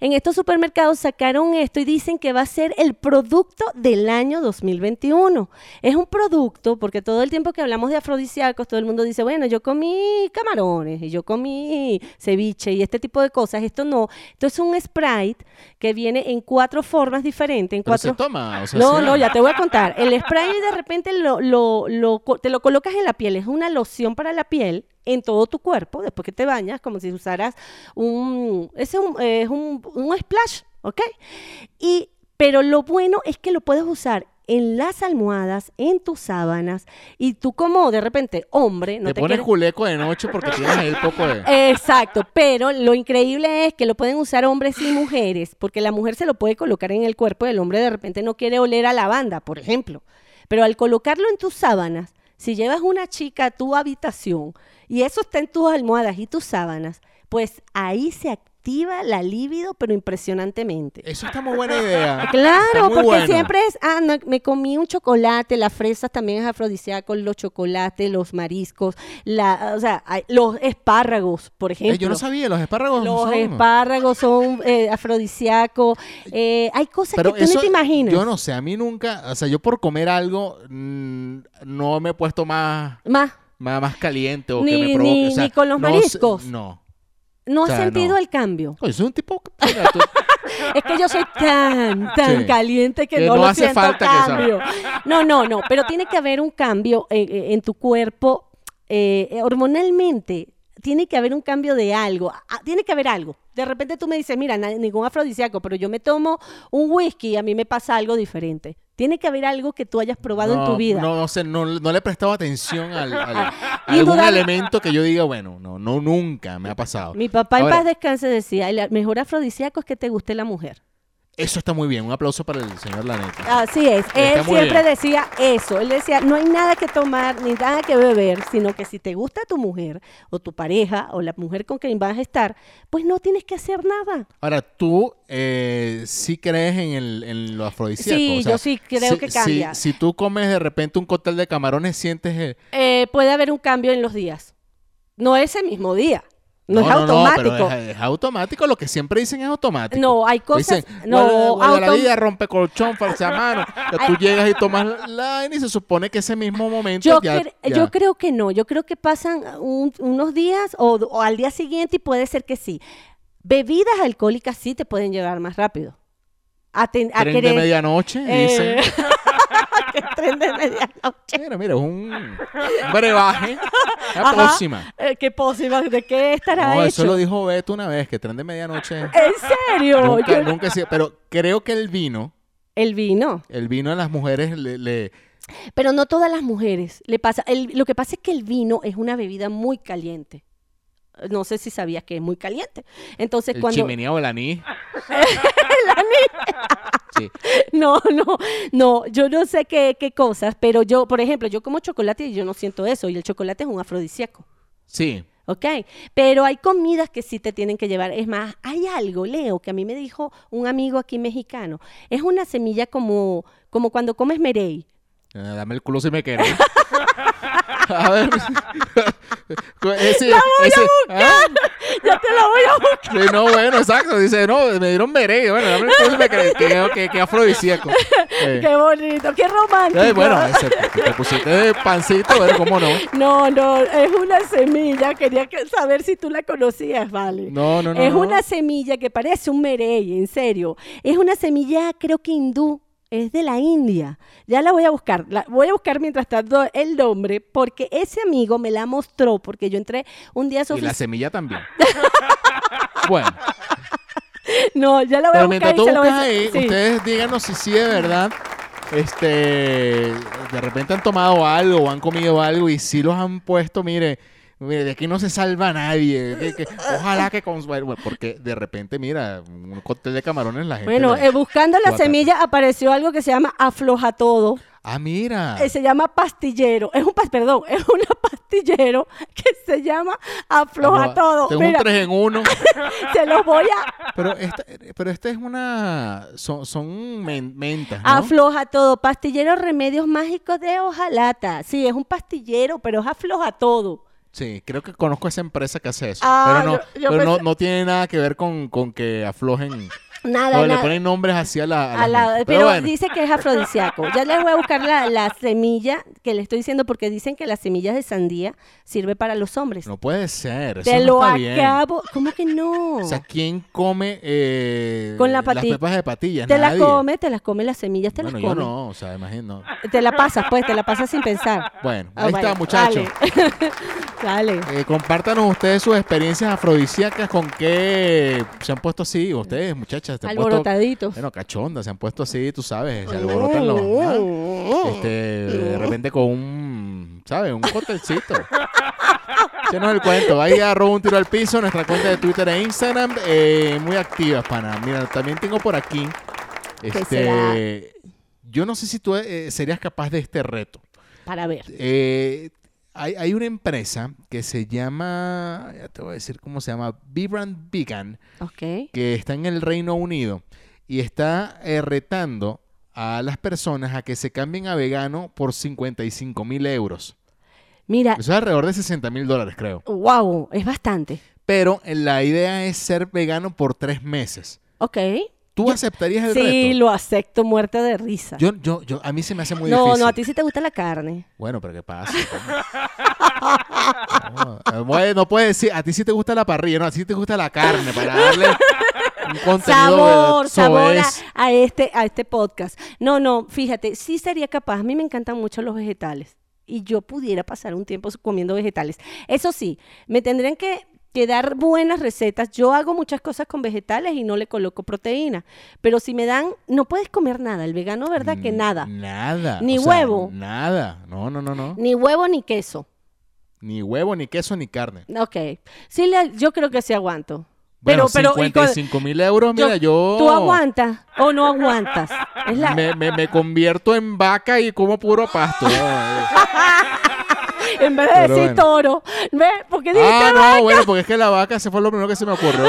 En estos supermercados sacaron esto y dicen que va a ser el producto del año 2021. Es un producto, porque todo el tiempo que hablamos de afrodisíacos, todo el mundo dice, bueno, yo comí camarones y yo comí ceviche y este tipo de cosas. Esto no. Esto es un Sprite que viene en cuatro formas diferentes, en pero se cuatro toma, o sea, no, se- no, ya te voy a contar. El spray de repente lo, lo- lo co- te lo colocas en la piel. Es una loción para la piel en todo tu cuerpo, después que te bañas, como si usaras un... ese Es un, eh, es un, un splash, ¿ok? Y, pero lo bueno es que lo puedes usar en las almohadas, en tus sábanas, y tú como de repente hombre, no te, te, Eh, pones quieres- juleco de noche porque tienes ahí el poco de... Exacto, pero lo increíble es que lo pueden usar hombres y mujeres, porque la mujer se lo puede colocar en el cuerpo y el hombre de repente no quiere oler a lavanda, por ejemplo. Pero al colocarlo en tus sábanas, si llevas una chica a tu habitación y eso está en tus almohadas y tus sábanas, pues ahí se activa la libido, pero impresionantemente. Eso está muy buena idea. Eh, Está Claro, muy porque bueno. siempre es, ah, no, me comí un chocolate, las fresas también es afrodisíaco, los chocolates, los mariscos, la, o sea, hay- los espárragos, por Eh, ejemplo. yo no sabía, los espárragos Los son- espárragos son eh, afrodisíacos. eh, hay cosas que tú no te imaginas. Yo no sé, a mí nunca, o sea, yo por comer algo mm, no me he puesto más, Más, más, más caliente o que Ni- me provoque. ni- o sea, ni con los no sé- mariscos. No. no O has sea, sentido no. el cambio. Coño, soy un tipo. Mira, tú- Es que yo soy tan, tan Sí. caliente que, Que no, no lo hace siento falta que salga. cambio. No, no, no, pero tiene que haber un cambio eh, eh, en, tu cuerpo eh, eh, hormonalmente. Tiene que haber un cambio de algo, ah, tiene que haber algo. De repente tú me dices, mira, na- ningún afrodisíaco, pero yo me tomo un whisky y a mí me pasa algo diferente. Tiene que haber algo que tú hayas probado en no, tu vida. No, no sé, no, no le he prestado atención al, al- a Y algún dudar- elemento que yo diga, bueno, no, no, nunca me ha pasado. Mi papá en Ahora, paz descanse decía, el mejor afrodisíaco es que te guste la mujer. Eso está muy bien. Un aplauso para el señor Laneta. Así es, Está él muy siempre bien. decía eso, él decía, no hay nada que tomar ni nada que beber, sino que si te gusta tu mujer o tu pareja o la mujer con quien vas a estar, pues no tienes que hacer nada. Ahora, tú eh, sí crees en, el, en lo afrodisíaco. Sí, o sea, yo sí creo si- que si- cambia. Si, tú comes de repente un cóctel de camarones, sientes. eh, Eh, puede haber un cambio en los días, no ese mismo día, no, es pero automático. es, es automático, lo que siempre dicen es automático. No, hay cosas- Dicen, no, "Guarda- guarda la autom- vida rompe colchón, falsa mano. Ya tú Ay. llegas y tomas la- la vaina y se supone que ese mismo momento Yo, ya, cre- ya. yo creo que no, yo creo que pasan un- unos días o, o al día siguiente y puede ser que sí. Bebidas alcohólicas sí te pueden llevar más rápido. A, ten- a Tren de querer- medianoche, ah, Eh, dicen. que tren de medianoche. Mira, mira, es un un brebaje. La Ajá. próxima. Eh, ¿Qué posible? ¿De qué estará No, hecho? eso lo dijo Beto una vez, que tren de medianoche. ¿En serio? Nunca, Yo- nunca se- Pero creo que el vino, El vino. el vino a las mujeres le- le Pero no todas las mujeres le pasa. el- lo que pasa es que el vino es una bebida muy caliente. No sé si sabías que es muy caliente. Entonces, El cuando. chimenea o el anís. El anís. Sí. No, no, no, yo no sé qué, qué cosas, pero yo, por ejemplo, yo como chocolate y yo no siento eso, y el chocolate es un afrodisíaco. Sí. ¿Ok? Pero hay comidas que sí te tienen que llevar. Es más, hay algo, Leo, que a mí me dijo un amigo aquí mexicano. Es una semilla como, como cuando comes merey. Eh, Dame el culo si me quieres. A ver. Eh, Ese- ese- ah, Ya te lo voy a buscar. sí, no, bueno, exacto. Dice, no, me dieron merey. Bueno, dame el culo si me quieres. Qué, qué, qué afrodisíaco. Eh, Qué bonito, qué romántico. eh, bueno, ese, te pusiste de pancito, bueno, cómo no. No, no, es una semilla. Quería que- saber si tú la conocías, vale. No, no, no. es no. una semilla que parece un merey, en serio. Es una semilla, creo que hindú. Es de la India. Ya la voy a buscar. La voy a buscar mientras tanto el nombre, porque ese amigo me la mostró, porque yo entré un día a su Y la ofici- semilla también. Bueno, No, ya la voy a buscar. pero mientras y tú se la voy buscas a- ahí, sí. ustedes díganos si sí de verdad, este, de repente han tomado algo o han comido algo y sí los han puesto, mire, mire, de aquí no se salva nadie. de que- ojalá que con bueno, porque de repente, mira, un cóctel de camarones la gente. Bueno, le- eh, buscando la Guacate. semilla apareció algo que se llama afloja todo. ah, mira. Eh, se llama pastillero. Es un pas- perdón, es un pastillero que se llama afloja Vamos a- todo. Tengo Mira, un tres en uno. se los voy a Pero esta, pero esta es una. Son, son men- mentas. ¿no? afloja todo. Pastillero remedios mágicos de hojalata. Sí, es un pastillero, pero es afloja todo. Sí, creo que conozco esa empresa que hace eso. Ah, pero no, yo- yo pero no, pensé- no tiene nada que ver con, con que aflojen. Nada, No, le nada. ponen nombres así a la. a la Al lado, gente. pero bueno, dice que es afrodisíaco. Ya les voy a buscar la, la semilla que le estoy diciendo porque dicen que las semillas de sandía sirve para los hombres. no puede ser. Eso Te no lo está bien. acabo. ¿Cómo que no? O sea, ¿quién come eh, Con la las pati- pepas de patillas? te las Nadie. come, te las come las semillas, te Bueno, las yo come. no, o sea, imagino. Te la pasas, pues, te la pasas sin pensar. Bueno, Ah, ahí está, bueno, muchachos. Dale. Dale. Eh, compártanos ustedes sus experiencias afrodisíacas con qué se han puesto así, ustedes, muchachas. se han puesto- Alborotaditos. Bueno, cachondas, se han puesto así, tú sabes, se alborotan los. ah, Este, de repente con un, ¿sabes? Un cóctelcito. Échenos el cuento. Ahí agarró un tiro al piso. Nuestra cuenta de Twitter e Instagram, eh, muy activas, pana. Mira, también tengo por aquí. será? Este, yo no sé si tú eh, serías capaz de este reto. Para ver. Eh, hay, hay una empresa que se llama, ya te voy a decir cómo se llama, Vibrant Vegan Ok. que está en el Reino Unido y está eh, retando a las personas a que se cambien a vegano por 55 mil euros. Mira, Eso es alrededor de 60 mil dólares, creo. wow, es bastante. Pero eh, la idea es ser vegano por tres meses. Ok. ¿Tú aceptarías el Sí, reto? lo acepto muerta de risa. Yo, yo, yo, a mí se me hace muy no, difícil. no, a ti sí te gusta la carne. Bueno, pero ¿qué pasa? coño? No, bueno, no puedes decir, a ti sí te gusta la parrilla, no, a ti sí te gusta la carne para darle un contenido Sabor, eh, sabor a, soez. a este, a este podcast. No, no, fíjate, sí sería capaz. A mí me encantan mucho los vegetales. Y yo pudiera pasar un tiempo comiendo vegetales. Eso sí, me tendrían que, que dar buenas recetas. Yo hago muchas cosas con vegetales y no le coloco proteína. Pero si me dan, no puedes comer nada. El vegano, ¿verdad? Que Mm, nada. Nada. Ni O sea, huevo. Nada. No, no, no, no. Ni huevo ni queso. Ni huevo, ni queso, ni carne. Ok. Sí, le- yo creo que sí aguanto. Bueno, pero, pero, y con- 55 mil euros, mira, yo... ¿Tú aguantas o no aguantas? Es la, Me, me- me convierto en vaca y como puro pasto. ah, En vez de Pero decir bueno. Ah, toro, ¿ves? Porque dijiste no, vaca. bueno, porque es que la vaca se fue lo primero que se me ocurrió.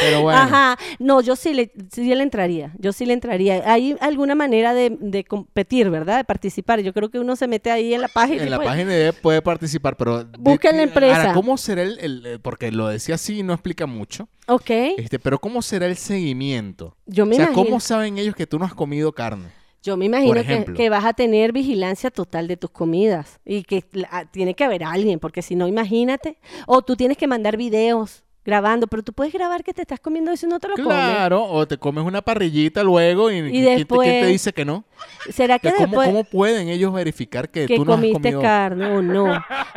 Pero bueno. Ajá, no, yo sí le, sí le entraría, yo sí le entraría. Hay alguna manera de, de competir, ¿verdad? De participar. Yo creo que uno se mete ahí en la página. y En la pues- página de- puede participar, pero... de- Busca en la empresa. Ahora, ¿cómo será el, el- eh, Porque lo decía así y no explica mucho. Ok, Este, pero ¿cómo será el seguimiento? Yo me o sea, imagino. ¿cómo saben ellos que tú no has comido carne? yo me imagino que- que, ejemplo. vas a tener vigilancia total de tus comidas y que la- ah, tiene que haber alguien, porque si no, imagínate. O tú tienes que mandar videos grabando, pero tú puedes grabar que te estás comiendo eso y no te lo comes. Claro, o te comes una parrillita luego y, ¿quién te- ¿quién después- te dice que no? ¿Será que sea, ¿cómo, después... cómo pueden ellos verificar que, que tú no has comiste comido? carne o no.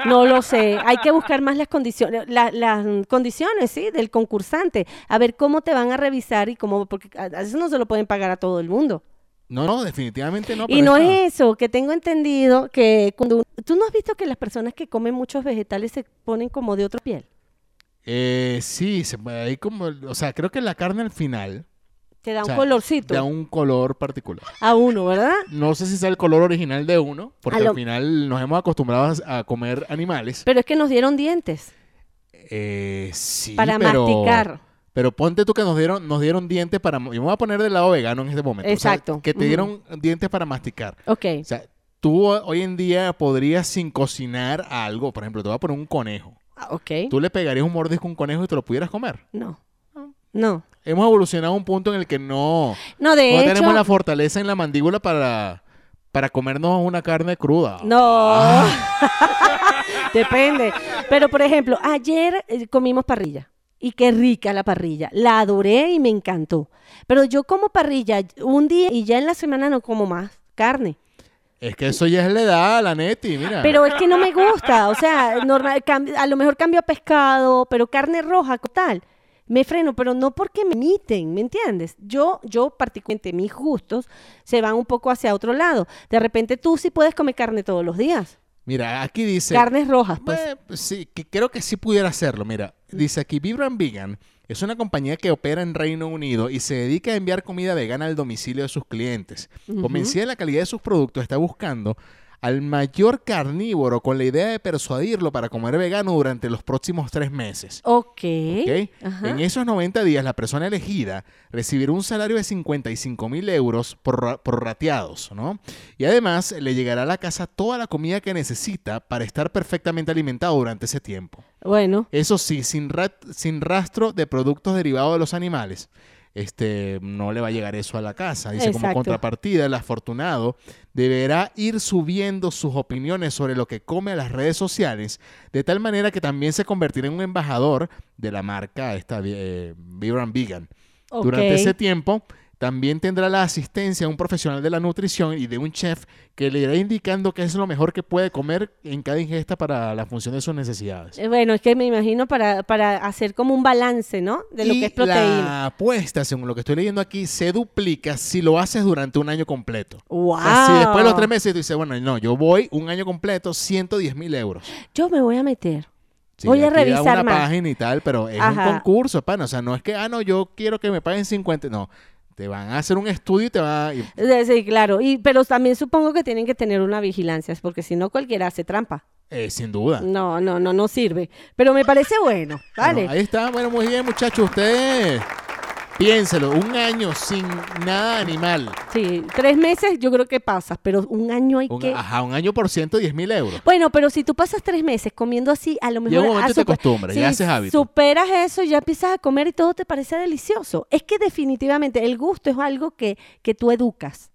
No lo sé. Hay que buscar más las condiciones, la- las mm, condiciones, ¿sí? Del concursante. A ver cómo te van a revisar y cómo, porque a, a eso no se lo pueden pagar a todo el mundo. No, no, definitivamente no. Y no es eso, que tengo entendido que cuando... ¿Tú no has visto que las personas que comen muchos vegetales se ponen como de otra piel? Eh, sí, se, ahí como, o sea, creo que la carne al final Te da o un sea, colorcito da un color particular. a uno, ¿verdad? No sé si sea el color original de uno, porque A lo- al final nos hemos acostumbrado a a comer animales. Pero es que nos dieron dientes Eh, sí, para pero- masticar. Pero ponte tú que nos dieron, nos dieron dientes para... Yo me voy a poner del lado vegano en este momento. O sea, Exacto. que te Ujú. dieron dientes para masticar. Ok. O sea, tú hoy en día podrías sin cocinar algo. Por ejemplo, te voy a poner un conejo. Ah, Ok. Tú le pegarías un mordisco a un conejo y te lo pudieras comer. No. No. Hemos evolucionado a un punto en el que no, No, de no hecho... tenemos la fortaleza en la mandíbula para, para comernos una carne cruda. No. Depende. Pero, por ejemplo, ayer eh, comimos parrilla. Y qué rica la parrilla. La adoré y me encantó. Pero yo como parrilla un día y ya en la semana no como más carne. Es que eso ya es la edad, la neti, mira. Pero es que no me gusta. O sea, normal, cam- a lo mejor cambio a pescado, pero carne roja, co- tal. Me freno, pero no porque me imiten, ¿me entiendes? Yo, yo particularmente, mis gustos se van un poco hacia otro lado. De repente tú sí puedes comer carne todos los días. Mira, aquí dice... Carnes rojas, pues. Eh, pues sí, que creo que sí pudiera hacerlo. Mira, dice aquí Vibram Vegan es una compañía que opera en Reino Unido y se dedica a enviar comida vegana al domicilio de sus clientes. Convencida de la calidad de sus productos, está buscando al mayor carnívoro con la idea de persuadirlo para comer vegano durante los próximos tres meses. Ok. ¿ok? Ajá. En esos 90 días, la persona elegida recibirá un salario de 55 mil euros por, por rateados, ¿no? Y además le llegará a la casa toda la comida que necesita para estar perfectamente alimentado durante ese tiempo. Bueno, Eso sí, sin, rat- sin rastro de productos derivados de los animales. Este, no le va a llegar eso a la casa. Dice, como Exacto. contrapartida, el afortunado deberá ir subiendo sus opiniones sobre lo que come a las redes sociales, de tal manera que también se convertirá en un embajador de la marca esta, eh, Vibrant Vegan. ok. Durante ese tiempo, también tendrá la asistencia de un profesional de la nutrición y de un chef que le irá indicando qué es lo mejor que puede comer en cada ingesta para la función de sus necesidades. Eh, Bueno, es que me imagino para, para hacer como un balance, ¿no? De lo Y que es proteína. La apuesta, según lo que estoy leyendo aquí, se duplica si lo haces durante un año completo. ¡Wow! O sea, si después de los tres meses tú dices, bueno, no, yo voy un año completo, 110 mil euros. Yo me voy a meter. Sí, voy a aquí da revisar una más. página y tal, pero es Ajá. un concurso, pana. O sea, no es que, ah, no, yo quiero que me paguen 50. No, te van a hacer un estudio y te van a... y- Eh, Sí, claro. Y, pero también supongo que tienen que tener una vigilancia, es porque si no cualquiera hace trampa. eh, sin duda. No, no, no, no sirve. Pero me parece bueno, ¿vale? Bueno, ahí está. Bueno, muy bien, muchachos. Ustedes, piénselo. Un año sin nada animal. Sí, tres meses yo creo que pasas, pero un año hay Un, que... ajá, un año por 110 mil euros. Bueno, pero si tú pasas tres meses comiendo así, a lo mejor... Llega un momento ah, que te super- acostumbras, ya haces hábito. Superas eso, ya empiezas a comer y todo te parece delicioso. Es que definitivamente el gusto es algo que, que tú educas.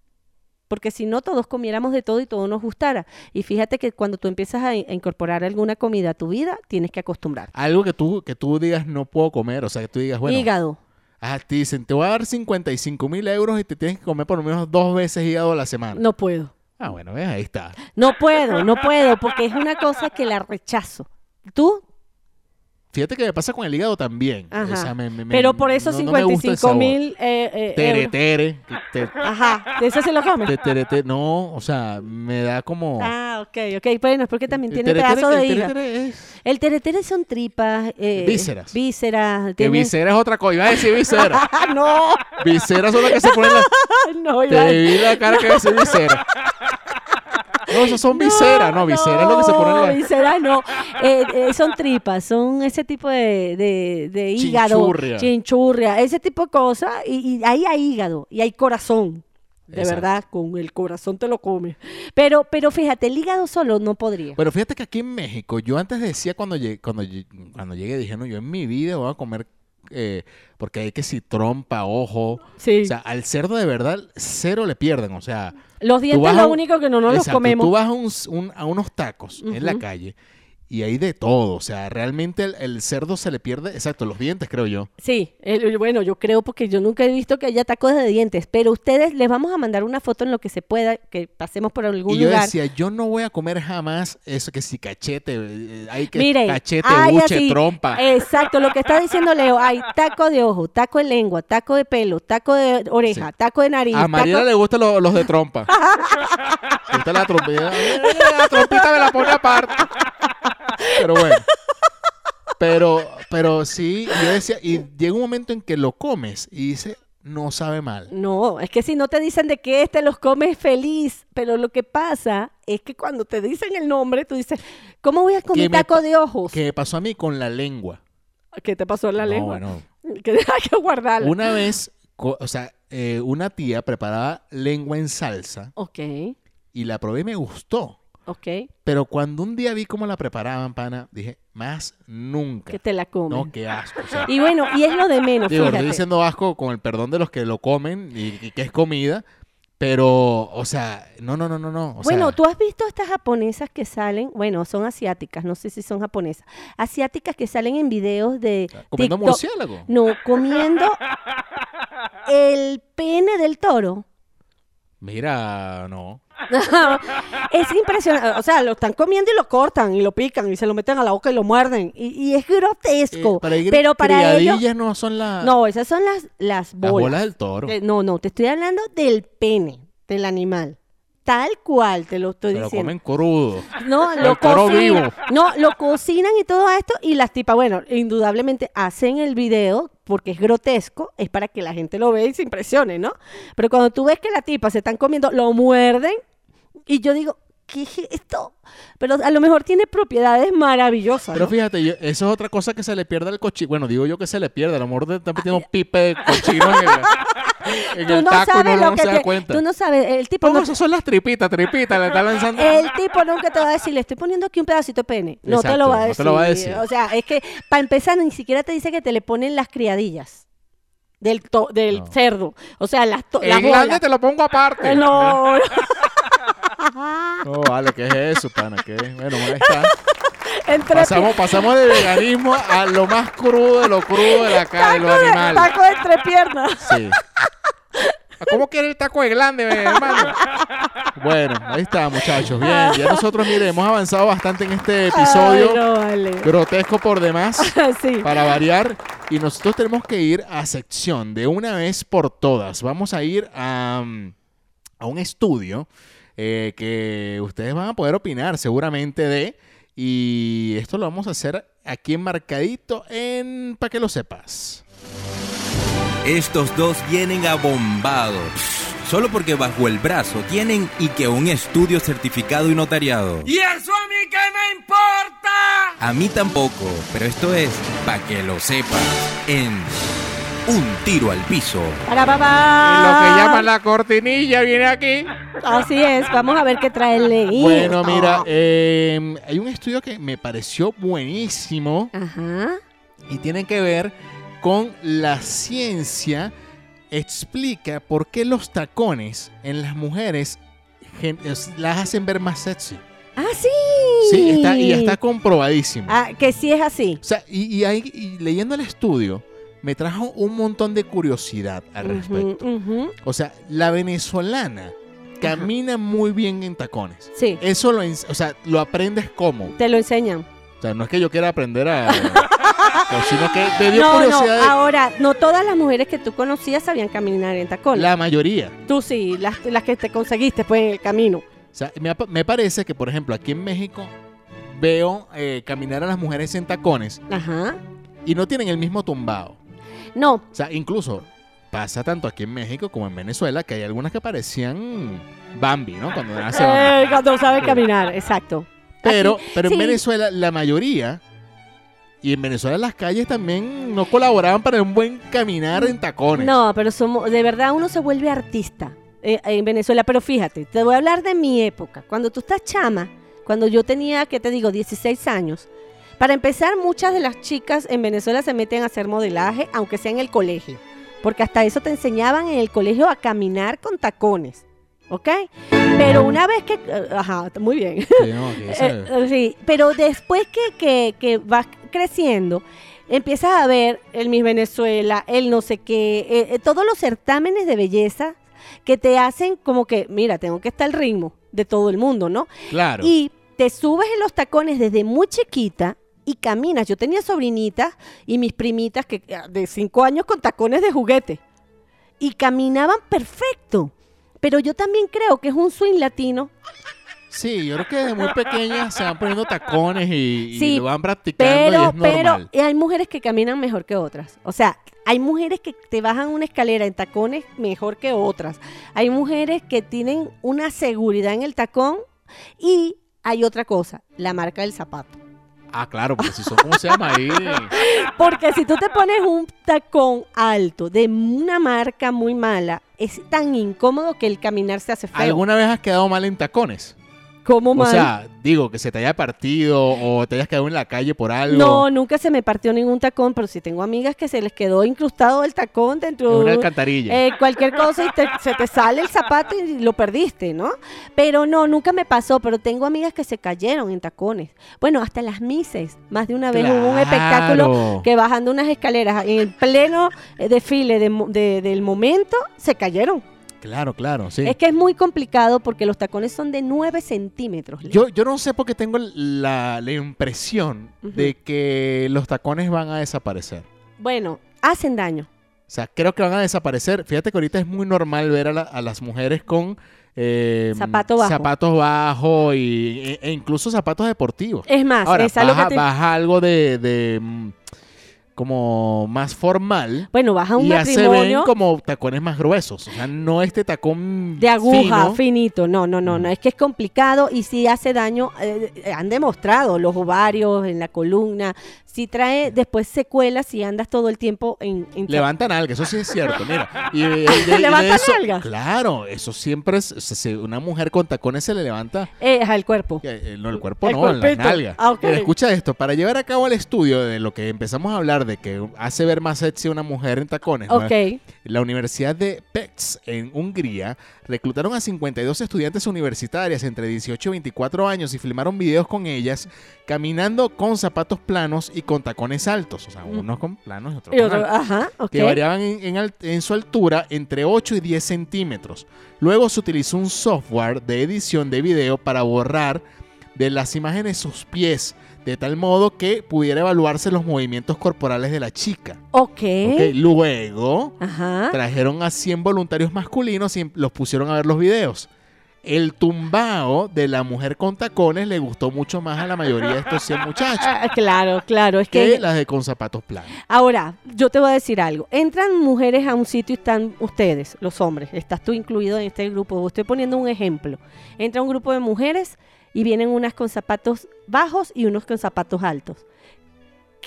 Porque si no, todos comiéramos de todo y todo nos gustara. Y fíjate que cuando tú empiezas a, in- a incorporar alguna comida a tu vida, tienes que acostumbrarte. Algo que tú, que tú digas no puedo comer, o sea, que tú digas, bueno, Hígado. ah, te dicen, te voy a dar 55 mil euros y te tienes que comer por lo menos dos veces hígado a la semana. No puedo. Ah, bueno, ves, ahí está. No puedo, no puedo, porque es una cosa que la rechazo. ¿Tú? Fíjate que me pasa con el hígado también. Ajá. O sea, me- me- me- Pero por eso no- no me gusta 55 el sabor. mil eh, eh, Tere, euros. tere, te- Ajá, ¿de eso se lo comes? te- tere, tere. No, o sea, me da como... Ah, ok, ok. Bueno, es porque también El tiene tere, pedazo tere, de el tere, hígado. tere es- El teretere son tripas. eh, Vísceras. Vísceras. Que tiene- visera es otra cosa. Iba a decir visera. ¡Ah, no! Visera son las que se ponen las... no, Iván. Te vi la cara que decía visera. No, esos son viseras. No, visera es lo que se ponen No, las... visceras no. Eh, eh, son tripas, son ese tipo de, de, de hígado. Chinchurria. Chinchurria, ese tipo de cosas. Y, y ahí hay hígado y hay corazón. De Exacto. verdad, con el corazón te lo comes. Pero, pero fíjate, el hígado solo no podría. Pero fíjate que aquí en México, yo antes decía cuando llegué, cuando, lle- cuando llegué, dije, no, yo en mi vida voy a comer, eh, porque hay que si trompa, ojo. Sí. O sea, al cerdo de verdad, cero le pierden. O sea, los tú dientes vas es a lo un- único que no nos los Exacto, comemos. Tú vas a, un- un- a unos tacos en la calle y hay de todo. O sea, realmente el, el cerdo se le pierde, exacto, los dientes, creo yo. Sí, el- bueno, yo creo porque yo nunca he visto que haya tacos de dientes, pero ustedes les vamos a mandar una foto en lo que se pueda, que pasemos por algún Y yo lugar. decía, yo no voy a comer jamás eso que si cachete, eh, hay que Miren, cachete, hay buche, así- eh, trompa. Exacto, lo que está diciendo Leo, hay taco de ojo, taco de lengua, taco de pelo, taco de oreja, Sí. taco de nariz, A Mariela taco- le gustan lo- los de trompa. Le gusta la trompita. Eh, La trompita me la pone aparte. Pero bueno. Pero, pero sí, yo decía, y llega un momento en que lo comes y dice, no sabe mal. No, es que si no te dicen de qué es, te los comes feliz, pero lo que pasa es que cuando te dicen el nombre, tú dices, ¿cómo voy a ¿Qué comer me taco pa- de ojos? ¿Qué, Que pasó a mí con la lengua. te pasó en la No, lengua? bueno. Que hay que guardarla. Una vez, co- o sea, eh, una tía preparaba lengua en salsa Ok, y la probé y me gustó. ok, que Pero cuando un día vi cómo la preparaban, pana, dije, más nunca. te la comes. No, qué asco. o sea, Y bueno, y es lo de menos, Digo, fíjate. estoy diciendo asco con el perdón de los que lo comen y, y que es comida, pero, o sea, no, no, no, no, no. o bueno, sea, tú has visto estas japonesas que salen, bueno, son asiáticas, no sé si son japonesas, asiáticas que salen en videos de comiendo TikTok. murciélago. No, comiendo el pene del toro. Mira, no. es impresionante, o sea, lo están comiendo y lo cortan y lo pican y se lo meten a la boca y lo muerden y, y es grotesco. Eh, para ir- pero para ellos, criadillas no son la- no, esas son las las las bolas. bolas del toro. Eh, No, no, te estoy hablando del pene del animal, tal cual te lo estoy Pero diciendo. comen crudo. No, El lo toro cocinan. vivo. No, lo cocinan y todo esto. Y las tipas, bueno, indudablemente hacen el video porque es grotesco, es para que la gente lo vea y se impresione, ¿no? Pero cuando tú ves que la tipa se están comiendo, lo muerden y yo digo, ¿qué es esto? Pero a lo mejor tiene propiedades maravillosas. Pero ¿no? fíjate, yo- eso es otra cosa que se le pierde al cochino. Bueno, digo yo que se le pierde. A lo mejor están metiendo un pipe de cochino en el, en Tú el no taco y no, sabes no lo que se da te- cuenta. Tú no sabes, el tipo Oh, no, esas son las tripitas, tripitas. Le están lanzando. El tipo nunca te va a decir, le estoy poniendo aquí un pedacito de pene. No te lo va Exacto, a no decir. te lo va a decir. O sea, es que para empezar ni siquiera te dice que te le ponen las criadillas del to- del No. cerdo. O sea, las to- las El grande bolas. te lo pongo aparte. No, no. No, vale, ¿qué es eso, pana? ¿Qué? Bueno, ahí está. entre Pasamos, pasamos de veganismo a lo más crudo de lo crudo de la cara de los taco de- animales. taco de entre piernas. Sí. ¿A ¿Cómo quiere el taco de glande, eh, hermano? Bueno, ahí está, muchachos. Bien, ya nosotros, mire, hemos avanzado bastante en este episodio. Ah. Ay, no, vale. Grotesco por demás, sí. para variar. Y nosotros tenemos que ir a sección de una vez por todas. Vamos a ir a, mm, a un estudio eh, que ustedes van a poder opinar seguramente de. Y esto lo vamos a hacer aquí enmarcadito en para que lo sepas. Estos dos vienen abombados. Solo porque bajo el brazo tienen y que un estudio certificado y notariado. ¿Y eso a mí qué me importa? A mí tampoco, pero esto es para que lo sepas. En Un tiro al piso. Para Ah. lo que llaman la cortinilla viene aquí. Así es, vamos a ver qué trae el leí. Bueno, mira, eh, hay un estudio que me pareció buenísimo. Ajá. y tiene que ver con la ciencia. Explica por qué los tacones en las mujeres gen- es- las hacen ver más sexy. Ah, sí. Sí, está, y está comprobadísimo. Ah, que sí es así. O sea, y, y ahí- y leyendo el estudio, me trajo un montón de curiosidad al respecto. Ujú, ujú. O sea, la venezolana camina muy bien en tacones. Sí, Eso lo, ens- o sea, lo aprendes cómo. te lo enseñan. O sea, no es que yo quiera aprender a... sino que te dio No, no, curiosidad de- ahora, no todas las mujeres que tú conocías sabían caminar en tacón. la mayoría. Tú sí, las, las que te conseguiste pues en el camino. O sea, me, ap- me parece que, por ejemplo, aquí en México veo eh, caminar a las mujeres en tacones Ajá. y no tienen el mismo tumbado. No, O sea, incluso pasa tanto aquí en México como en Venezuela que hay algunas que parecían Bambi, ¿no? Cuando nace Bambi. eh, cuando sabe caminar, exacto. Pero, Aquí, pero sí. en Venezuela la mayoría, y en Venezuela las calles también no colaboraban para un buen caminar en tacones. No, pero somos, de verdad uno se vuelve artista eh, en Venezuela. Pero fíjate, te voy a hablar de mi época. Cuando tú estás chama, cuando yo tenía, ¿qué te digo? 16 años. Para empezar, muchas de las chicas en Venezuela se meten a hacer modelaje, aunque sea en el colegio. Porque hasta eso te enseñaban en el colegio a caminar con tacones. ¿ok? Pero una vez que, eh, ajá, muy bien. Sí, no, que esa- Eh, eh, sí, pero después que, que, que vas creciendo, empiezas a ver el Miss Venezuela, el no sé qué, eh, eh, todos los certámenes de belleza que te hacen como que, mira, tengo que estar al ritmo de todo el mundo, ¿no? claro. Y te subes en los tacones desde muy chiquita y caminas. Yo tenía sobrinitas y mis primitas que, ah, de cinco años con tacones de juguete. Y caminaban perfecto. Pero yo también creo que es un swing latino. Sí, yo creo que desde muy pequeñas se van poniendo tacones y, y Sí, lo van practicando Pero, y es pero normal. hay mujeres que caminan mejor que otras. O sea, hay mujeres que te bajan una escalera en tacones mejor que otras. Hay mujeres que tienen una seguridad en el tacón y hay otra cosa, la marca del zapato. Ah, claro, porque si son como se llama ahí. Porque si tú te pones un tacón alto de una marca muy mala, es tan incómodo que el caminar se hace feo. ¿Alguna vez has quedado mal en tacones? ¿Cómo O mal? sea, digo, que se te haya partido o te hayas quedado en la calle por algo. no, nunca se me partió ningún tacón, pero si tengo amigas que se les quedó incrustado el tacón en dentro una de alcantarilla. eh, cualquier cosa y te- se te sale el zapato y lo perdiste, ¿no? Pero no, nunca me pasó, pero tengo amigas que se cayeron en tacones. Bueno, hasta las mises. Más de una vez hubo un espectáculo Claro. que bajando unas escaleras en el pleno eh, desfile de mo- de- del momento se cayeron. Claro, claro, sí. Es que es muy complicado porque los tacones son de 9 centímetros. Leo. Yo, yo no sé por qué tengo la, la impresión Ujú. de que los tacones van a desaparecer. Bueno, hacen daño. O sea, creo que van a desaparecer. Fíjate que ahorita es muy normal ver a, la- a las mujeres con eh, Zapato bajo. zapatos bajos y, e, e incluso zapatos deportivos. Es más, Ahora, es algo baja, que te- baja algo de, de, mm, como más formal. Bueno, baja un y ya se ven matrimonio como tacones más gruesos. O sea, no este tacón de aguja, fino. Mm. finito. No, no, no, no. Es que es complicado y si hace daño, eh, eh, han demostrado los ovarios, en la columna. Si trae después secuelas si andas todo el tiempo en. en- Levantan alga, eso sí es cierto, mira. Y, y- y- y Levantan de eso- nalgas. Claro, eso siempre es, o sea, si una mujer con tacones se le levanta Eh, al cuerpo. eh, eh, no, el cuerpo El no, en las cuerpito. nalgas. Ah, ok. Mira, escucha esto, para llevar a cabo el estudio de lo que empezamos a hablar de que hace ver más sexy a una mujer en tacones, ¿no? Ok. La Universidad de Pécs en Hungría reclutaron a 52 estudiantes universitarias entre 18 y 24 años y filmaron videos con ellas caminando con zapatos planos y con tacones altos, o sea, Mm. unos con planos y otros Y con otro- altos, ajá, ok. que variaban en, en alt- en su altura entre 8 y 10 centímetros. Luego se utilizó un software de edición de video para borrar de las imágenes sus pies, de tal modo que pudiera evaluarse los movimientos corporales de la chica. Ok. Ok, Luego... Ajá. Trajeron a 100 voluntarios masculinos y los pusieron a ver los videos. El tumbao de la mujer con tacones le gustó mucho más a la mayoría de estos 100 muchachos Ah, claro, claro. Es que que las de con zapatos planos. Ahora, yo te voy a decir algo. Entran mujeres a un sitio y están ustedes, los hombres. Estás tú incluido en este grupo. Estoy poniendo un ejemplo. Entra un grupo de mujeres y vienen unas con zapatos bajos y unos con zapatos altos.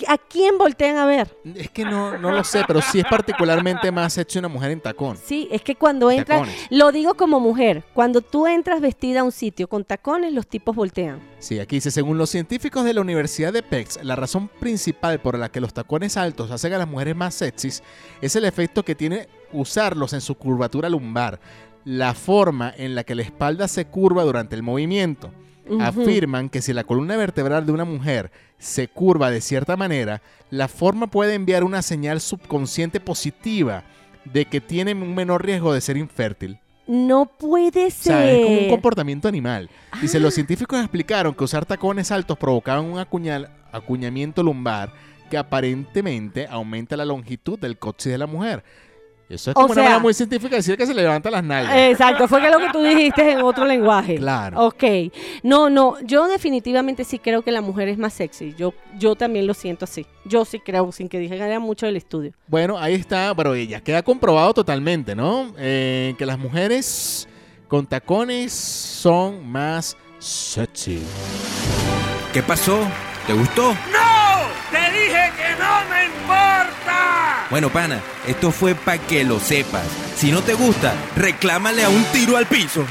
¿A quién voltean a ver? Es que no, no lo sé, pero sí es particularmente más hecho una mujer en tacón. Sí, es que cuando entran, Tacones. lo digo como mujer, cuando tú entras vestida a un sitio con tacones, los tipos voltean. Sí, aquí dice, según los científicos de la Universidad de Pex, la razón principal por la que los tacones altos hacen a las mujeres más sexys es el efecto que tiene usarlos en su curvatura lumbar, la forma en la que la espalda se curva durante el movimiento. Ujú. Afirman que si la columna vertebral de una mujer se curva de cierta manera, la forma puede enviar una señal subconsciente positiva de que tiene un menor riesgo de ser infértil. No puede O sea, es como un ser. comportamiento animal. Dice, Ah. los científicos explicaron que usar tacones altos provocaban un acuñal- acuñamiento lumbar que aparentemente aumenta la longitud del coxis de la mujer. Eso es O como una sea- eh, manera muy científica de decir que se le levanta las nalgas. Exacto, fue que lo que tú dijiste en otro lenguaje. Claro. Ok. No, no, yo definitivamente sí creo que la mujer es más sexy. Yo, yo también lo siento así. Yo sí creo, sin que dijera mucho del estudio. Bueno, ahí está, pero eh, ya queda comprobado totalmente, ¿no? Eh, que las mujeres con tacones son más sexy. ¿Qué pasó? ¿Te gustó? ¡Te dije que no me importa! Bueno, pana, esto fue para que lo sepas. Si no te gusta, reclámale a un tiro al piso.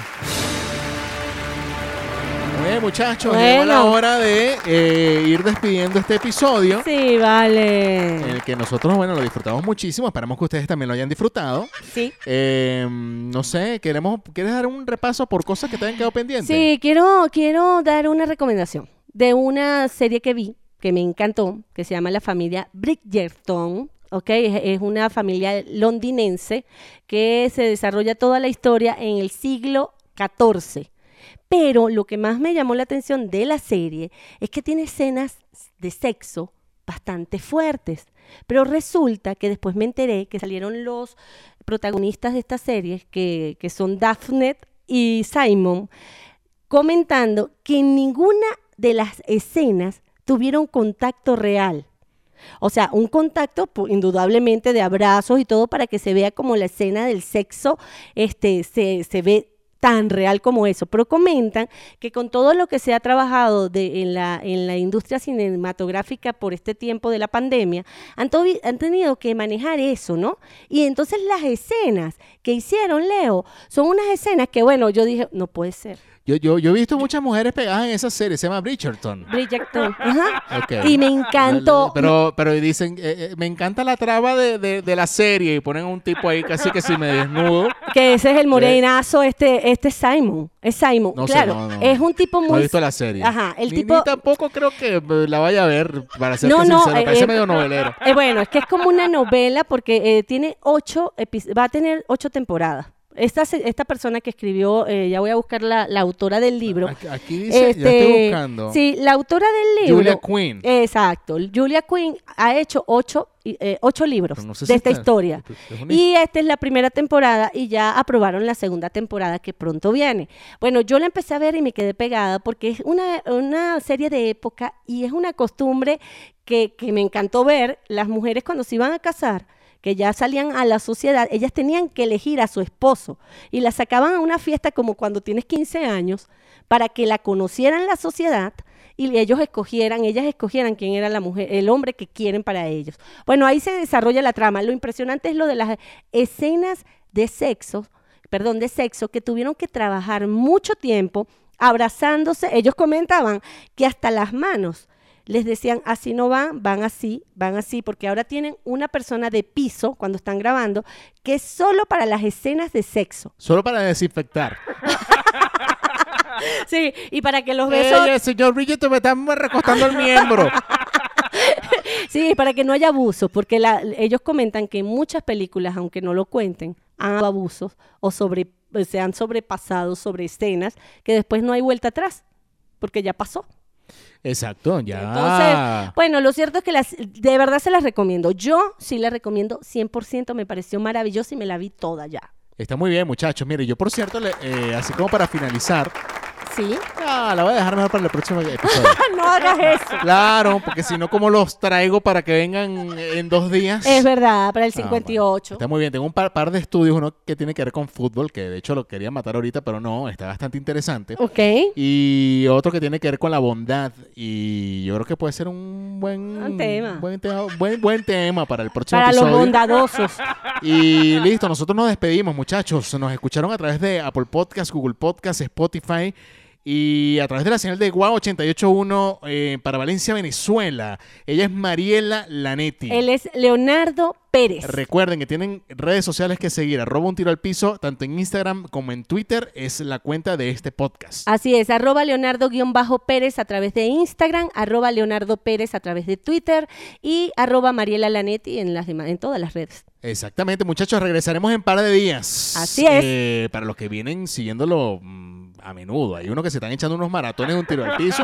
Muy Eh, muchachos, Bueno. llegó la hora de eh, ir despidiendo este episodio. Sí, En vale. el que nosotros, bueno, lo disfrutamos muchísimo. Esperamos que ustedes también lo hayan disfrutado. Sí. Eh, no sé, queremos, ¿quieres dar un repaso por cosas que te hayan quedado pendientes? Sí, quiero, quiero dar una recomendación de una serie que vi, que me encantó, que se llama La familia Bridgerton. ¿ok? Es, es una familia londinense que se desarrolla toda la historia en el siglo XIV. Pero lo que más me llamó la atención de la serie es que tiene escenas de sexo bastante fuertes. Pero resulta que después me enteré que salieron los protagonistas de esta serie, que, que son Daphne y Simon, comentando que en ninguna de las escenas tuvieron contacto real. O sea, un contacto pu- indudablemente de abrazos y todo para que se vea como la escena del sexo este, se, se ve tan real como eso. Pero comentan que con todo lo que se ha trabajado de- en, la, en la industria cinematográfica por este tiempo de la pandemia, han, tovi- han tenido que manejar eso, ¿no? Y entonces las escenas que hicieron, Leo, son unas escenas que, bueno, yo dije, no puede ser. Yo, yo, yo he visto muchas mujeres pegadas en esa serie, se llama Bridgerton. Bridgerton. Ajá. Ok. Y me encantó. Pero, pero dicen, eh, eh, me encanta la traba de, de- de la serie y ponen un tipo ahí casi que si me desnudo. Que ese es el morenazo, este, este es Simon. Es Simon. No sé, claro. no, no. Es un tipo No muy. he visto la serie. Ajá. El Ni- tipo. Ni tampoco creo que eh, la vaya a ver, para ser No, no, sincero. eh, Parece eh, medio novelero. eh, bueno, es que es como una novela porque eh, tiene ocho epi- va a tener ocho temporadas. Esta, se- esta persona que escribió, eh, ya voy a buscar la, la autora del libro. Este, Aquí- aquí dice, ya estoy buscando. Sí, la autora del libro. Julia Quinn. Exacto. Julia Quinn ha hecho ocho, y- eh, ocho libros Pero no sé si de esta está- historia. es una Y esta es la primera temporada y ya aprobaron la segunda temporada que pronto viene. Bueno, yo la empecé a ver y me quedé pegada porque es una, una serie de época y es una costumbre que, que me encantó ver. Las mujeres cuando se iban a casar, que ya salían a la sociedad, ellas tenían que elegir a su esposo y la sacaban a una fiesta como cuando tienes 15 años para que la conocieran la sociedad y ellos escogieran, ellas escogieran quién era la mujer, el hombre que quieren para ellos. Bueno, ahí se desarrolla la trama. Lo impresionante es lo de las escenas de sexo, perdón, de sexo que tuvieron que trabajar mucho tiempo abrazándose. Ellos comentaban que hasta las manos les decían así no van, van así, van así, porque ahora tienen una persona de piso cuando están grabando que es solo para las escenas de sexo. Solo para desinfectar. Sí, y para que los besos Ella, señor Bridgerton, me están recostando el miembro. Sí, para que no haya abusos, porque la- ellos comentan que en muchas películas, aunque no lo cuenten, han habido abusos o sobre, eh, se han sobrepasado sobre escenas que después no hay vuelta atrás, porque ya pasó. Exacto, ya. Entonces, bueno, lo cierto es que las, de verdad se las recomiendo. Yo sí las recomiendo 100%, me pareció maravillosa y me la vi toda ya. Está muy bien, muchachos. Mire, yo por cierto, le- eh, así como para finalizar, ¿Sí? ah, la voy a dejar mejor para el próximo episodio. No hagas eso. claro, porque si no, ¿cómo los traigo para que vengan en dos días? Es verdad, para el Ah, bueno. 58. Está muy bien. Tengo un par, par de estudios, uno que tiene que ver con fútbol, que de hecho lo quería matar ahorita, pero no, está bastante interesante. ok. Y otro que tiene que ver con la bondad. Y yo creo que puede ser un buen Un tema. Buen, tema- buen, buen tema para el próximo Para los episodio. bondadosos. Y listo, nosotros nos despedimos, muchachos. Nos escucharon a través de Apple Podcast, Google Podcast, Spotify y a través de la señal de Guau 881 eh, para Valencia, Venezuela. Ella es Mariela Lanetti. Él es Leonardo Pérez. Recuerden que tienen redes sociales que seguir. Arroba un tiro al piso, tanto en Instagram como en Twitter. Es la cuenta de este podcast. Así es, arroba Leonardo-Pérez a través de Instagram, arroba Leonardo Pérez a través de Twitter y arroba Mariela Lanetti en, las demás, en todas las redes. Exactamente, muchachos, regresaremos en par de días. Así es. Eh, para los que vienen siguiéndolo mm, a menudo, hay uno que se están echando unos maratones de un tiro al piso.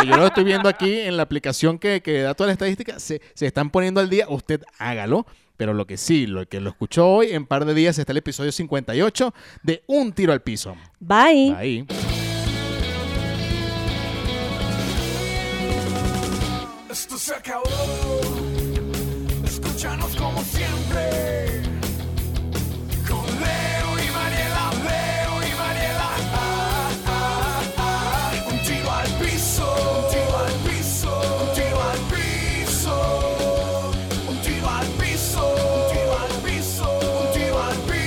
que yo lo estoy viendo aquí en la aplicación que, que da toda la estadística. Se, se están poniendo al día, usted hágalo. Pero lo que sí, lo que lo escuchó hoy, en par de días está el episodio 58 de Un tiro al piso. Bye. Ahí. Esto se acabó. Escúchanos como siempre. Con Leo y Mariela, Leo y Mariela. Ah, ah, ah. Un tiro al piso. Un tiro al piso. Un tiro al piso. Un tiro al piso. Un tiro al piso. Un tiro al piso.